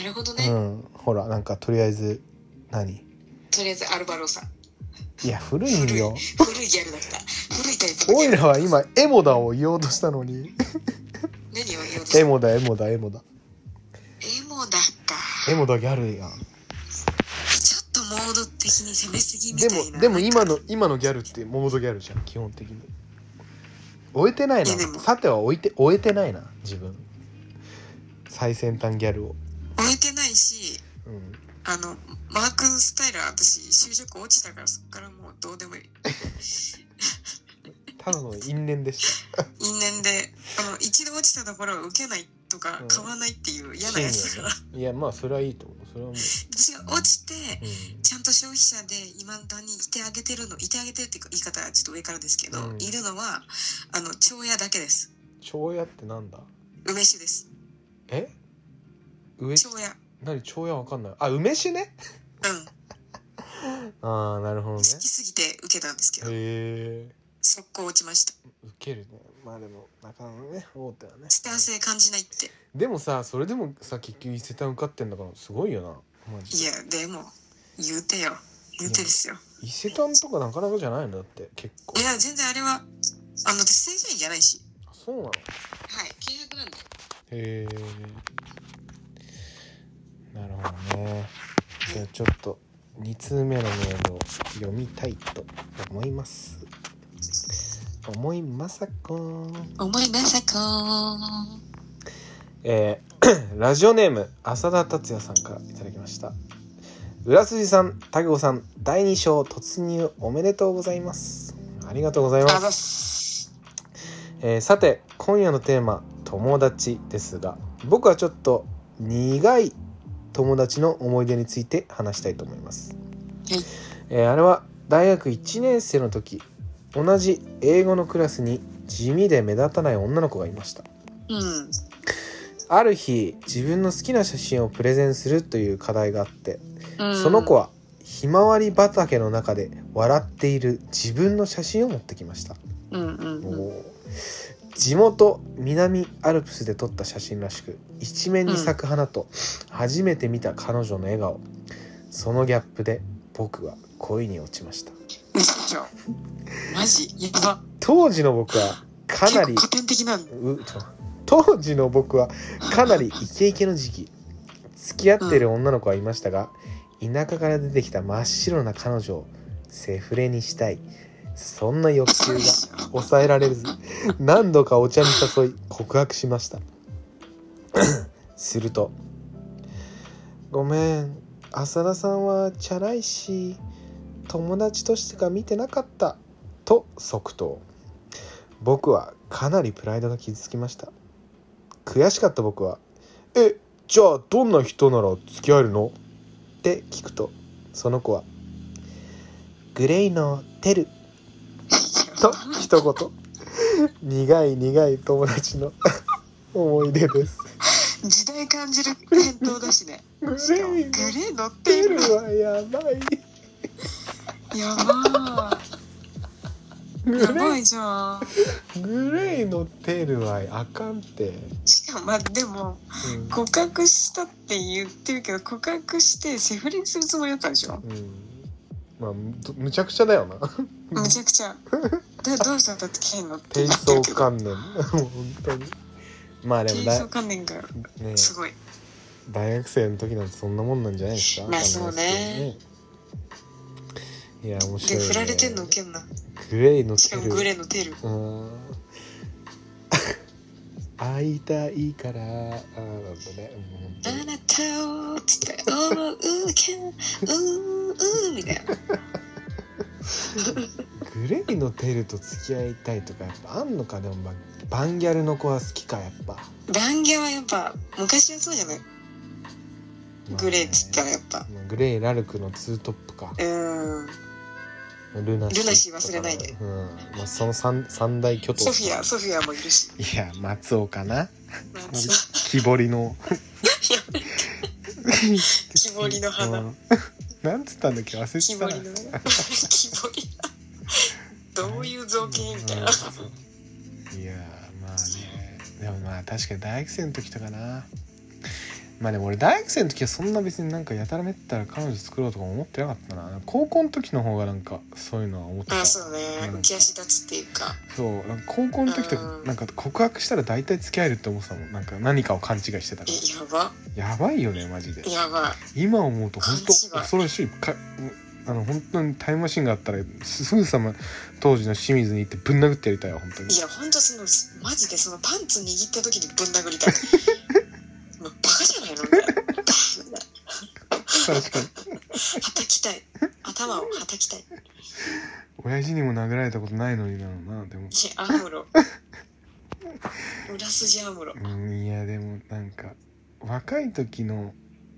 なるほどね、
うん。ほら、なんかとりあえず、
[laughs]
何
とりあえずアルバロさん
いや、古
古
いん
い
よ。
古いギャルだった古いタイプの
オ
ギ
イ
ャル
ラは今、エモダを言おうとした
[laughs]
のに。
何を言おうとした
エモダ、エモダ、エモダ。
エモだか
エモダギャルやん。
ちょっとモード的に攻めすぎみ
で
たいな
もでも今の今のギャルってモードギャルじゃん基本的に終えてない
いやでも
なさては置いて終えてないな自分最先端ギャルを、
置いてないし
うん、
あのマークスタイルは私就職落ちたからそっからもうどうでもいい
ただの因縁でし
因縁であの一度落ちたところを受けないとか
うん
買わないっていう
た
嫌なやつだから、
いやまあそれはいいと思うそれはもう、
私が落ちて
う
ちゃんと消費者で今だにいてあげてるのいてあげてるっていうか言い方はちょっと上からですけど、
うん
いるのはあの蝶屋だけです
ん、蝶屋ってなんだ
梅酒です
え上
蝶屋
何蝶屋わかんないあ梅酒ね
うん
ああなるほどね
好きすぎて受けたんですけど
へえ
速攻落ちました
ウケるねまあでもなかなかね大手はね
スター性感じないって
でもさそれでもさ結局伊勢丹受かってんだからすごいよなマジで
いやでも言うてよ言うてですよ
伊勢丹とかなかなかじゃないのだって結構
いや全然あれはあの私正社員じゃないし
あそうなの
はい契約なんで
へえなるほどねじゃあちょっと2通目のメールを読みたいと思います思いまさこ
思いまさこ
えー [clears throat] ラジオネーム浅田達也さんからいただきました浦筋さんタグオさん第2章突入おめでとうございますありがとうございます
ます。
えーさて今夜のテーマ「友達」ですが僕はちょっと苦い友達の思い出について話したいと思います、
はい
えーあれは大学1年生の時同じ英語のクラスに地味で目立たない女の子がいました
うん。
ある日自分の好きな写真をプレゼンするという課題があって
うん
その子。はひまわり畑の中で笑っている自分の写真を持ってきました
うんうんうん。
もう地元南アルプスで撮った写真らしく一面に咲く花と初めて見た彼女の笑顔そのギャップで僕は恋に落ちました
嘘でしょマジやば。
当時の僕はか
[laughs]
な
結
り
構古典的なんだ。
うちょ当時の僕はかなりイケイケの時期付き合ってる女の子はいましたが田舎から出てきた真っ白な彼女をセフレにしたいそんな欲求が抑えられず何度かお茶に誘い告白しました [clears throat] すると「ごめん浅田さんはチャラいし友達としてか見てなかった」と即答僕はかなりプライドが傷つきました悔しかった僕は「えじゃあどんな人なら付き合えるの?」って聞くとその子はグレイのテルと一言苦い苦い友達の思い出です
時代感じる返答だしね。
[laughs] グ
しかもグレ
レイの
ー乗って
テ
る
ル。はやばい
やばい。や
グ
ば
レ
いじゃん。
イグレイのテルはあかんって、
しかもまあでも
うん
告白したって言ってるけど告白してセフレにするつもりだったんでしょ。
うんまあどむちゃくちゃだよな
むちゃくち
[laughs]
ゃ。だどうしたんだって聞いのって
低
言って
層
るけど。
観念もう本当にまあでも
低
だ
層、観念が
ね、
すごい。
大学生の時なんてそんなもんなんじゃないですか
まあそうね
いや面白
で
い、ね、
振られてんのウケんな。
グレイの
し
テ
か
ル
もグレーのテル。
うーん会いたいからあーなんだねもう本当
あ
に
なたをつって思うけんうーうーみたいな。
グレイのテルと付き合いたいとかやっぱあんのかでも、まあ、バンギャルの子は好きかやっぱ、ま
バンギャはやっぱ昔はそうじゃない
あね
グレーっつったらやっぱ
グレイラルクのツートップか
うーん
ルナシー
ルナシー忘れないで
うんまあ、その三三大巨頭
ソフィアソフィアもいるし
いや松尾かな
なんかそう
木彫りの
木彫りの花
うんなんつったんだっけ忘れ
木
てた
彫
な
りの [laughs] 木彫りどういう造形みたいな
うんいやーまあねでもまあ確かに大学生の時とかなまあでも俺大学生の時はそんな別になんかやたらめったら彼女作ろうとか思ってなかったな高校の時の方がなんかそういうのは思ってた
あそうね浮き足立つっていうか
そうなんか高校の時とか
うん
なんか告白したら大体付き合えるって思ってたもんなんか何かを勘違いしてたか
え
ら
やば
やばいよねマジで
やば
今思うと本当
勘違い
恐ろしいかあの本当にタイムマシンがあったらすすぐさま当時の清水に行ってぶん殴ってやりたいわ本当に
いいやほんとそのマジでそのパンツ握った時にぶん殴
[laughs]
りたいもうバカじゃないのみたいなバーンみたいな
確かに
はたきたい頭をはたきたい
親父にも殴られたことないのになのなでも
いやアムロ裏筋アムロ
うんいやでもなんか若い時の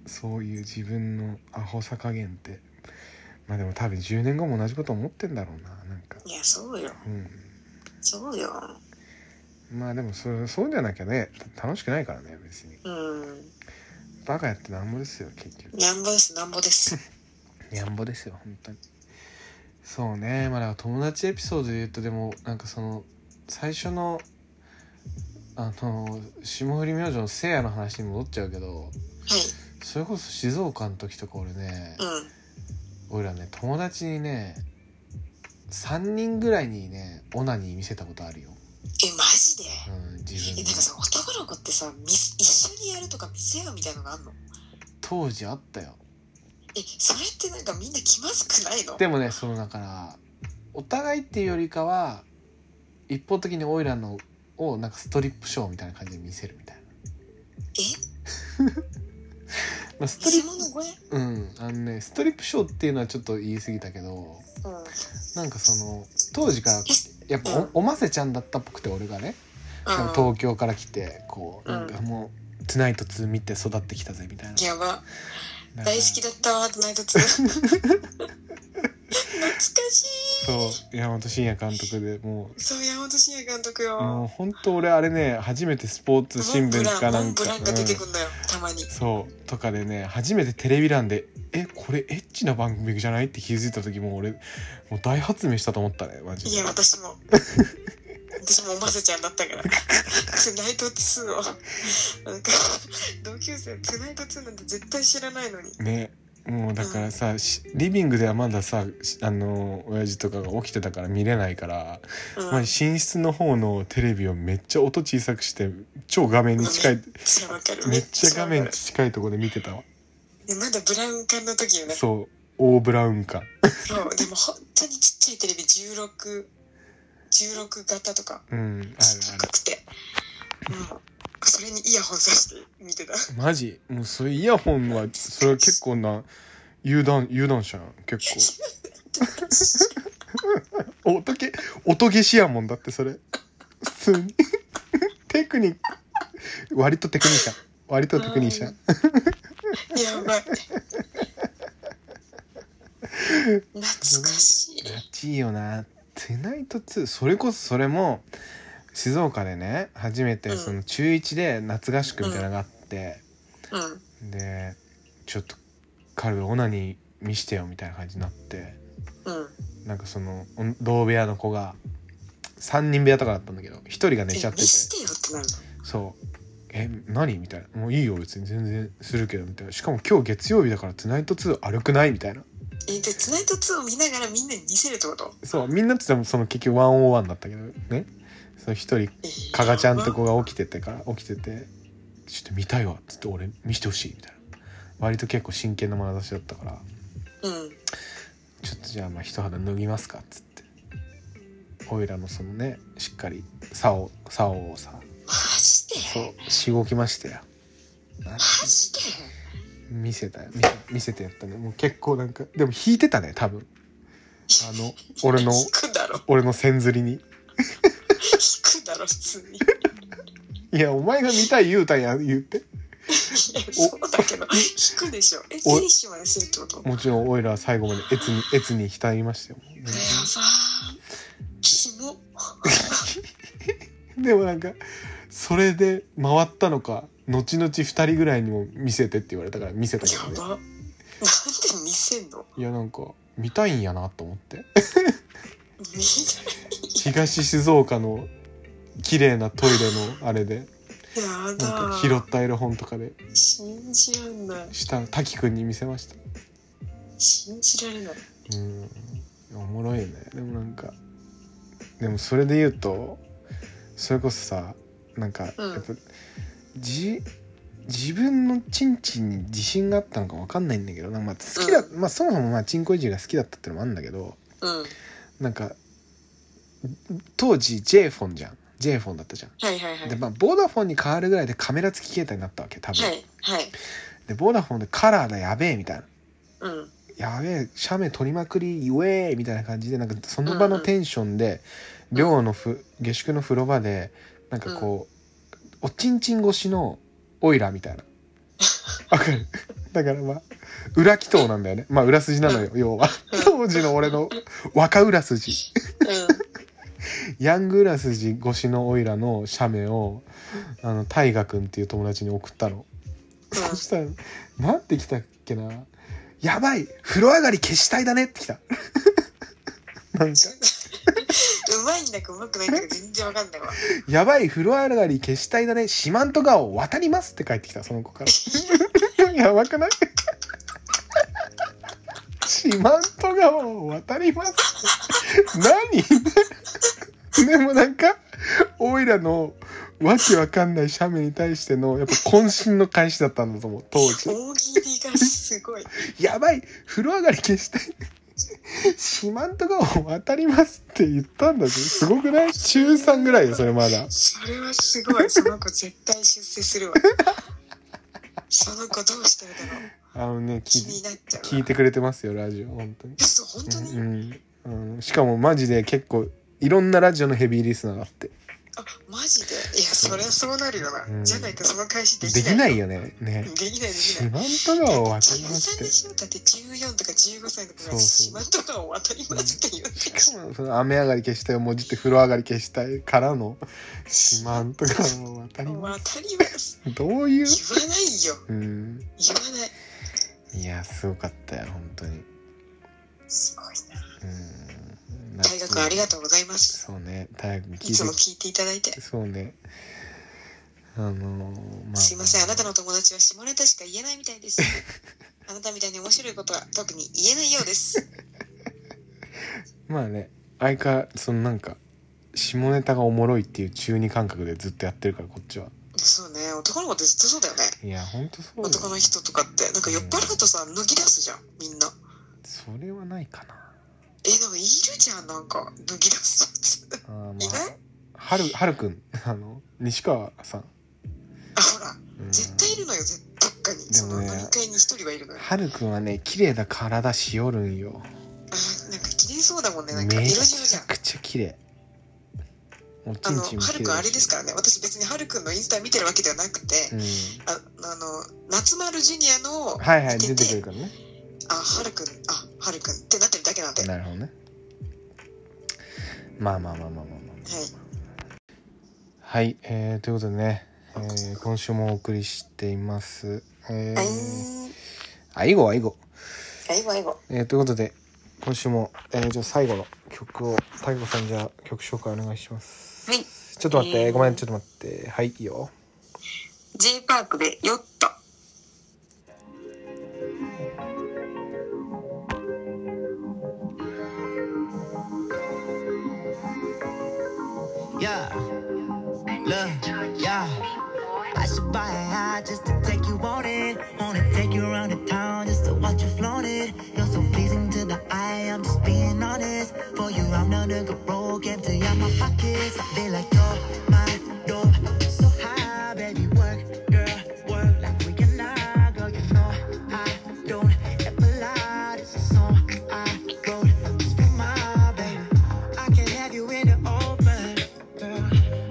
そういう自分のアホさ加減ってまあでも多分10年後も同じこと思ってんだろうななんか
いやそうよ
うん
そうよ
まあでもそそうじゃなきゃねた楽しくないからね別に
うん
バカやってなんぼですよ結局
なんぼですなんぼです
[laughs] やんぼですよ本当にそうねまあだから友達エピソードで言うとでもなんかその最初のあの霜降り明星のせいやの話に戻っちゃうけど
は
それこそ静岡の時とか俺ね
いうん
俺らね友達にね3人ぐらいにねオナニー見せたことあるよ、
えマジで
うん、自分
え
で
なんかさ男の子ってさみ一緒にやるとか見せ合うみたいのがあんの
当時あったよ
えそれってなんかみんな気まずくないの
でもねそのだからお互いっていうよりかは一方的にオイラのをなんかストリップショーみたいな感じで見せるみたいな
え
まあ、ストリ
偽
ッ
物小屋
プ、うん、あのね、ストリップショーっていうのはちょっと言い過ぎたけど、
うん
なんかその、当時から、やっぱお、おませちゃんだったっぽくて、俺がね、多
う
分
ん
東京から来て、こう、
うん
なんかもう、トゥナイト2見て育ってきたぜ、みたいな。
やば
だから
大好きだったわナイトツー懐かしい
そう、山本慎也監督でも
そう山本慎也監督
う、もう
よ
本当俺あれね、初めてスポーツ新聞かな
モ
ん
ンブ
か、
ランモンブランが出てく
うん
んだよたまに
そう、とかでね、初めてテレビ欄で、え、これエッチな番組じゃないって気づいた時もう俺、もう大発明したと思ったね、マジで。
いや私も私もおませちゃんだったからトゥナイト2をなんか同級生トゥナイト2なんて絶対知らないのに
ねもうだからさ、しリビングではまださしあの親父とかが起きてたから見れないから、
うん
まあ、寝室の方のテレビをめっちゃ音小さくして超画面に近い
知らわかる
めっちゃ画
わ
面
かる
近いところで見てたわ
でまだブラウン管の時よね
そうオーブラウンか
そうでも本当にちっちゃいテレビ1616型とか
うんある
ちっちゃくてもうそれにイヤホンさして見てた [laughs]
あるマジもうそれイヤホンはそれは結構な有段有段者やん結構音け音消しやもんだってそれ普通にテクニック割とテクニシャン割とテクニシャン [laughs]
やばい懐かしい
っちいいよな「トゥナイト2」それこそそれも静岡でね初めて
うん
その中1で夏合宿みたいなのがあって、
うん
でちょっと彼オナニー見してよみたいな感じになって
うん
なんかそのお同部屋の子が3人部屋とかだったんだけど1人が寝
え
ちゃってて
見してよってなる
そう「え何?」みたいな「もういいよ別に全然するけど」みたいなしかも今日月曜日だから「トゥナイト2歩くない?」みたいな
えでツナイト2を見ながらみんなに見せるってこと
そうみんなって言ってもその結局101だったけどねその一人加賀ちゃんと
こ
子が起きててから起きてて「ちょっと見たいわ」っつって「俺見してほしい」みたいな割と結構真剣な眼差しだったから
うん
「ちょっとじゃあまあ一肌脱ぎますか」っつっておいらのそのねしっかり竿竿をさ
マジで
そうしごきましたよな
マジで
見せたよ見せ見せてやったねもう結構なんかでも引いてたね多分あの俺の
引くだろ
俺の線ずりに
引くだろ普通にい
いやお前が見たい言うたんや言って
やそうだけど引くでしょえフ
お
ィニッシュまでするってこと
もちろんオイラは最後までエツにエツに浸りましたよ
やばーキ
[laughs]
モ
でもなんかそれで回ったのか後々2人ぐらいにも見せてって言われたから見せたけ
や
どね
ばなんで見せんの
いやなんか見たいんやなと思って
見
東静岡の綺麗なトイレのあれで
ないや
なん
だ
か拾ったエロ本とかで
信じられない
した滝くんに見せました
信じられない
うんおもろいよねでもなんかでもそれで言うとそれこそさなんかやっぱ
うん、
じ自分のチンチンに自信があったのかわかんないんだけどなんかまあ好きだ、まあそもそもまあチンコいじりが好きだったってのもあるんだけど
うん
なんか当時 J フォンじゃん J フォンだったじゃん、
はいはいはい
でまあボーダフォンに変わるぐらいでカメラ付き携帯になったわけ多分、
はいはい
でボーダフォンでカラーだやべえみたいな
うん
やべえ写メ撮りまくりイエーイみたいな感じでなんかその場のテンションで、
うん
寮のふ下宿の風呂場でなんかこう、おちんちん越しのオイラみたいなわかるだからまあ裏祈祷なんだよねまあ裏筋なのよ要 [laughs] は当時の俺の若裏筋ヤング裏筋越しのオイラの写メをあの大河君っていう友達に送ったのそしたらなんて来たっけな「やばい風呂上がり消したいだね」って来たなんか
うんうまいんだかうまくないんだか全然わかんないわ
「やばい風呂上がり消したいだね四万十川を渡ります」って帰ってきたその子から [laughs] やばくない四万十川を渡ります何 [laughs] でもなんかオイラのわけわかんない写メに対してのやっぱ渾身の返しだったんだと思う当時
大喜利がすごい
やばい風呂上がり消したい四万十川を渡りますって言ったんだぜすごくない中3ぐらいよそれまだ
それはすごいその子絶対出世するわその子どうしてるだろう
あのね
気に
聞い
なっちゃう
[laughs] 聞いてくれてますよラジオ本当に
そう本当に、
うん、うん、しかもマジで結構いろんなラジオのヘビーリスナーがあって
あマジでいやそりゃそうなるよな、
うん
じゃないとその返しで
で
き
き
な
ないいよねね
できないでき
四
ない
万十川を渡りますっ
13
て
でしょだって14とか15歳の子が島とかを渡りますって言って
しかもその雨上がり消したいをもじって風呂上がり消したいからの四万十川を渡ります
渡ります
どういう
言わないよ
うん
言わない
いやすごかったよ本当に
すごいな
うん
大学ありがとうございます
そうね大学
いつも
聞い
聞いていただいて
てそうねあのーまあ
すいませんあなたの友達は下ネタしか言えないみたいです
[laughs]
あなたみたいに面白いことは特に言えないようです
まあね相変わらずそのなんか下ネタがおもろいっていう中二感覚でずっとやってるからこっちは
そうね男の子ってずっとそうだよね
いやほんとそうだ
男
よ
の人とかってなんか酔っ払うとさ脱ぎ出すじゃんみんな
それはないかな
えなんかいるじゃんなんか脱ぎ出すやつ
あーま
いない
あはるはるくん [laughs] あの西川さん、
あほら
うん、
絶対いるのよ絶どっかに
で
そ
も
の
ね
飲み会に一人はいるのよ
はるくんはね綺麗な体しよるんよ
あーなんか綺麗そうだもんねなんか色
め
白じ
ち
ゃ
ゃ
ん
くちゃ綺麗お
あ
ち
の
んちんも
はる
綺麗
くんあれ
だ
で
し
すからね私別にはるくんのインスタ見てるわけではなくて、
うん
ああの夏丸ジュニアの
はいはい
見
出
てて
てくるからね
あはるくんあはるくんってなってるだけなんで
なるほどねまあまあまあまあまあまあ
はい
はい、えー、ということでね、えー、今週もお送りしていますえ
はい
ー、あいごあいご
はいはいはい
えー、ということで今週も、えー、じゃあ最後の曲を太鼓さんじゃあ曲紹介お願いします
はい
ちょっと待って、
えー
ごめんちょっと待ってはいいいよ
J パークでヨット
Yeah. Look, yeah. I should buy a high just to take you on it. Wanna take you around the town just to watch you flaunt it. You're so pleasing to the eye, I'm just being honest. For you, I'm not a good broke, empty out my pockets. I feel like you're my door. So high, baby, work, girl, work like we can lie. Girl, you know I don't ever lie. This is a song I wrote just for my baby. I can have you in the open, girl.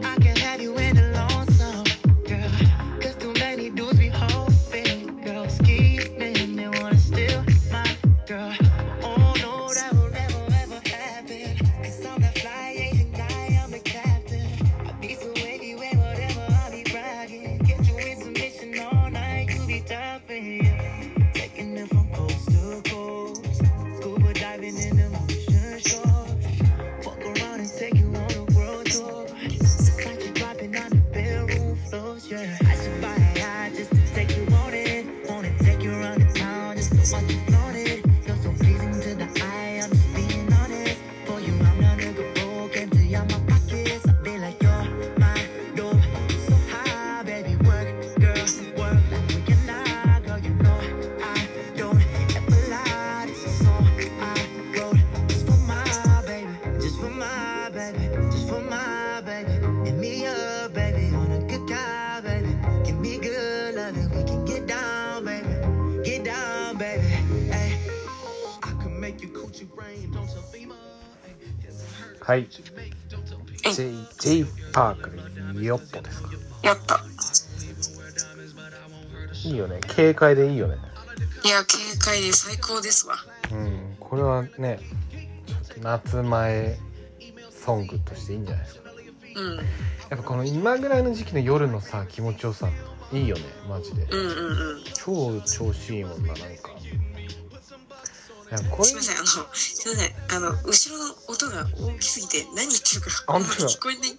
I can have you in the lonesome, girl. Cause too many dudes be hoping, girl. Scheming, they wanna steal my girl. Oh no, that will never ever happen. Cause I'm the fly Asian guy, I'm the captain. I be so anyway, whatever, I'll be riding. Get you in submission all night, you be topping. Taking it from coast to coast. Scuba diving in the ocean shores. Fuck around and take you on a world tour. It's like you're dropping on the bedroom floors, yeah. I should buy a yacht just to take you on it. Wanna take you around the town just to watch you flaunt it. You're so pleasing to the eye, I'm just being honest. For you, I'm not a good broke, empty out my pockets. I feel like you're my dope. So high, baby, work, girl, work like we can lie, girl, you know I don't ever lie. This is all I wrote just for my baby, just for my baby, just for my baby. Hit me up, baby, on a good guy, baby. Give me good loving, we can get down, baby, get down, baby. Hey, I can make you coochie rain, don't tell FEMA. Ay, yes, I heard
はい
you make, don't tell FEMA.
J, J パークでヨッポですか
ヨット
いいよね軽快でいいよね
いや軽快で最高ですわ
うんこれはねちょっと夏前ソングとしていいんじゃないですか
うん
やっぱこの今ぐらいの時期の夜のさ気持ちよさいいよねマジで
うんうんうん
超調子いいもんななんかいやこれ
すみませんあのすみませんあの後ろの音が大きすぎて何言ってるか
あ本当だ
聞こえない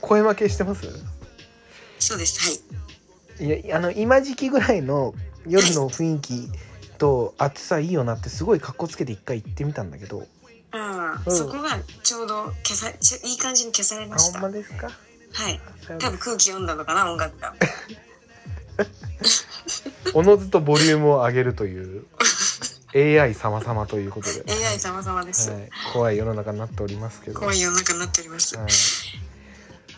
声負けしてます
そうですはい
いやあの今時期ぐらいの夜の雰囲気と暑さいいよなってすごい格好つけて一回行ってみたんだけど
ああ、
うん
そこがちょうど消さちょいい感じに消され
あ
まし
ほ
た
んまですか
はい多分空気読んだのかな音楽が
[laughs] おのずとボリュームを上げるという AI 様々ということで、
AI 様々です、
はい、怖い世の中になっておりますけど、
怖い世の中になっております、
はい
い、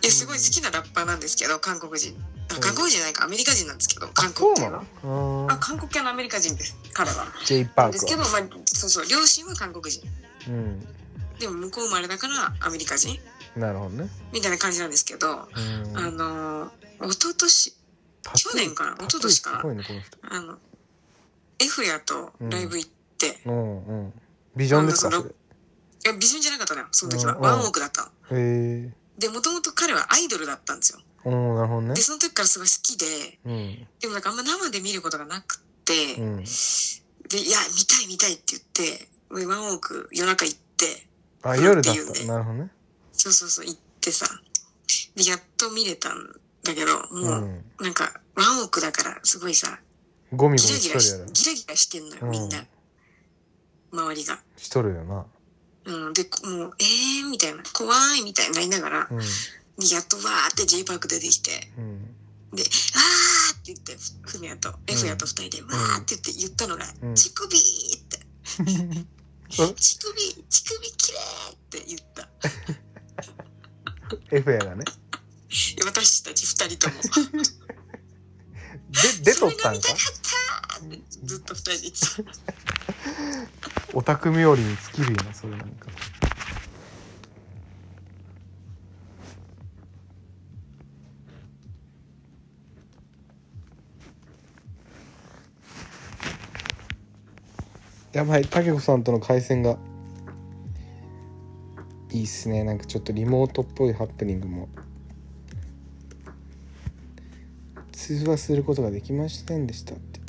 やすごい好きなラッパーなんですけど韓国人あ韓国人じゃないかアメリカ人なんですけど韓
そ
国
う
系
な
の
のうー
あ
ん
韓国系のアメリカ人です彼は
J パー
ですけ
ク
ど、
は
まあ、そうそう両親は韓国人
うん
でも向こう生まれだからアメリカ人
なるほどね
みたいな感じなんですけど、
うん
あのー一昨年去年かな一昨年かな
すごいねこの人
あのエフヤとライブ行って、
うんうんビジョンですか
なん
そ
だ
れ
いやビジョンじゃなかったのよその時は、
うんうん
ワンオークだったの
へ
でもともと彼はアイドルだったんですよ
えうんなるほどね
でその時からすごい好きで
うん
でもなんかあんま生で見ることがなくて、
うん
でいや見たい見たいって言ってでワンオーク夜中行って
あ夜だっ
っていうね
たなるほどね
そうそうそう行ってさでやっと見れたんだけど
う
もう、
ん
なんかワンオークだからすごいさ
ゴミゴミ
ギラギラ
しと
し
るやろ
ギラギラしてんのよみんな、周りが。
しとるよな
うん、でこもう「えー」みたいな「怖い」みたいな言いながら
うん
でやっとわーって J パーク出てきて
うん
で「あー」って言ってふみやと
ん
F やと二人で「わー」って言って言ったのが
う
「
ん
乳首」
[laughs]
って
そ
「乳首乳首きれい」って言ったい
F やがね
や私たち二人
[laughs]
とも
で出
そ
とっ
れ
た
が
ん
見
か
たかったってずっと二人で言ってた
オタク冥利に尽きるよなそれなんかやばいタケコさんとの回線がいいっすねなんかちょっとリモートっぽいハプニングも通話することができませんでしたって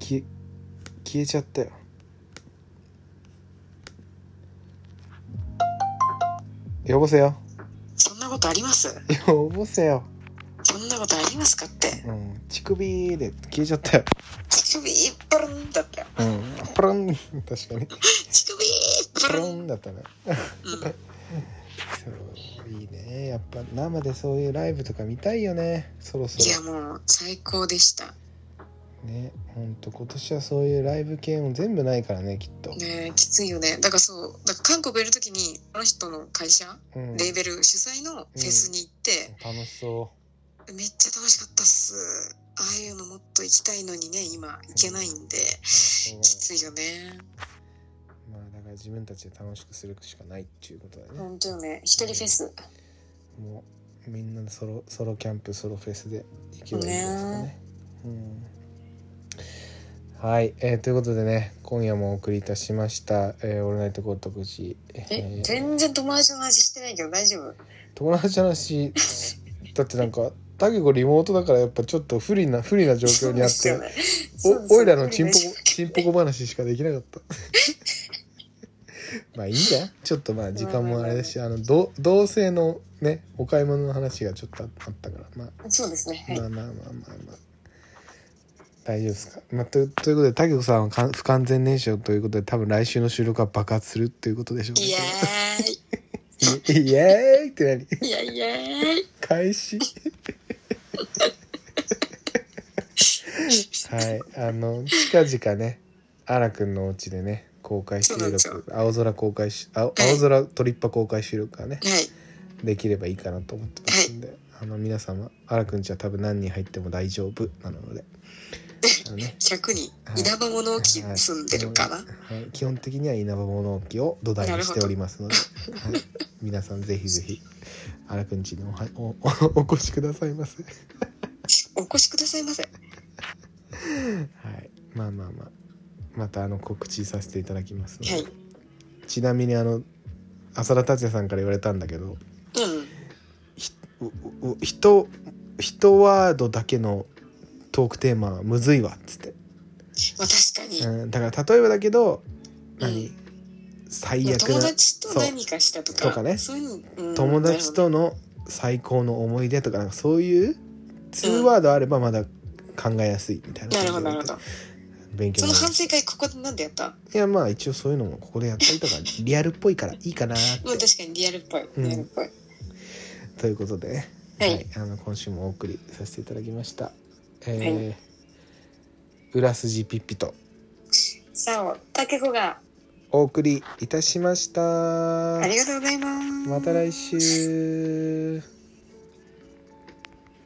消え消えちゃったよ呼ぼせよ
そんなことあります
呼ぼせよ、
そんなことありますかって
うん、乳首で消えちゃったよ
乳首ポロンだったよ
うんプルン確か
乳首
にプ
ポ
ル
ロン
ンだったね
うん
そういいねやっぱ生でそういうライブとか見たいよねそろそ
いや
ろ
もう最高でした
ねほんと今年はそういうライブ系も全部ないからねきっと、
ねえきついよねだからそうだから韓国いる時にこの人の会社
うん、
レーベル主催のフェスに行って、
楽しそ
めっちゃ楽しかったっすああいうのもっと行きたいのにね今行けないんで
うしょうが
きついよね
ないまあだから自分たちで楽しくするしかないっていうことだね
本当よね一人フェス
もうみんなでソロソロキャンプソロフェスで行けばいいんですかねうんはい、えーということでね今夜もお送りいたしました「えーオールナイトゴートくじ」
え
ー
全然友達の話してないけど大丈夫
友達の話だってなんかタケコリモートだからやっぱちょっと不利な不利な状況にあっ
そう
て
ですよね
おおいらのチンポ
そうですよね
チンポコ話しかできなかった [laughs] まあいいじゃんちょっとまあ時間もあれだしあの同同性のねお買い物の話がちょっとあったからまあ
そうですねはい、
まあまあまあまあまあ大丈夫ですか、まあ、とということでタケコさんはかん不完全燃焼ということで多分来週の収録は爆発するっていうことでしょう
イエ
ねイエーイって何 [laughs]
ーイイエーイイエーイ
開
[laughs]
始はいあの近々ねあらくんのお家でね公開収
そうなんですよ
録青空公開し青青空トリッパ公開収録がね
はい
できればいいかなと思ってますんで、あの皆様あらくんちは多分何人入っても大丈夫なのであの
[laughs]
ね
100人
はい
稲葉物置
はい
住んでるかな、
はい、基本的には稲葉物置を土台にしておりますので、はい、皆さんぜひぜひあらくんちにおはおお [laughs] お越しくださいませ
お越しくださいませ
はい、まあまあまあまたあの告知させていただきますので、
はい
ちなみにあの浅田達也さんから言われたんだけ
う
ど
ん
「ううう人人ワードだけのトークテーマはむずいわ」っつって、
まあ確かに、
うん、だから例えばだけど何、
う
最
まあ
悪
友
な
達と何かしたとか
そうとかね
そういうのうん
友達との最高の思い出とかなんかそういう2ワードあればまだ考えやすいみたいな
なるほど
感
な
じで
るほど
勉強
そ
に
の
なる
反省会ここでなんでやった
いやまあ一応そういうのもここでやったりとかリアルっぽいからいいかなって
まあ確かにリアルっぽい。
うん
リアルっぽい。
ということでね、
はい
あの今週もお送りさせていただきました。えー裏筋ピッピと
さあ、たけこが、
お送りいたしました。
ありがとうございます。
また来週。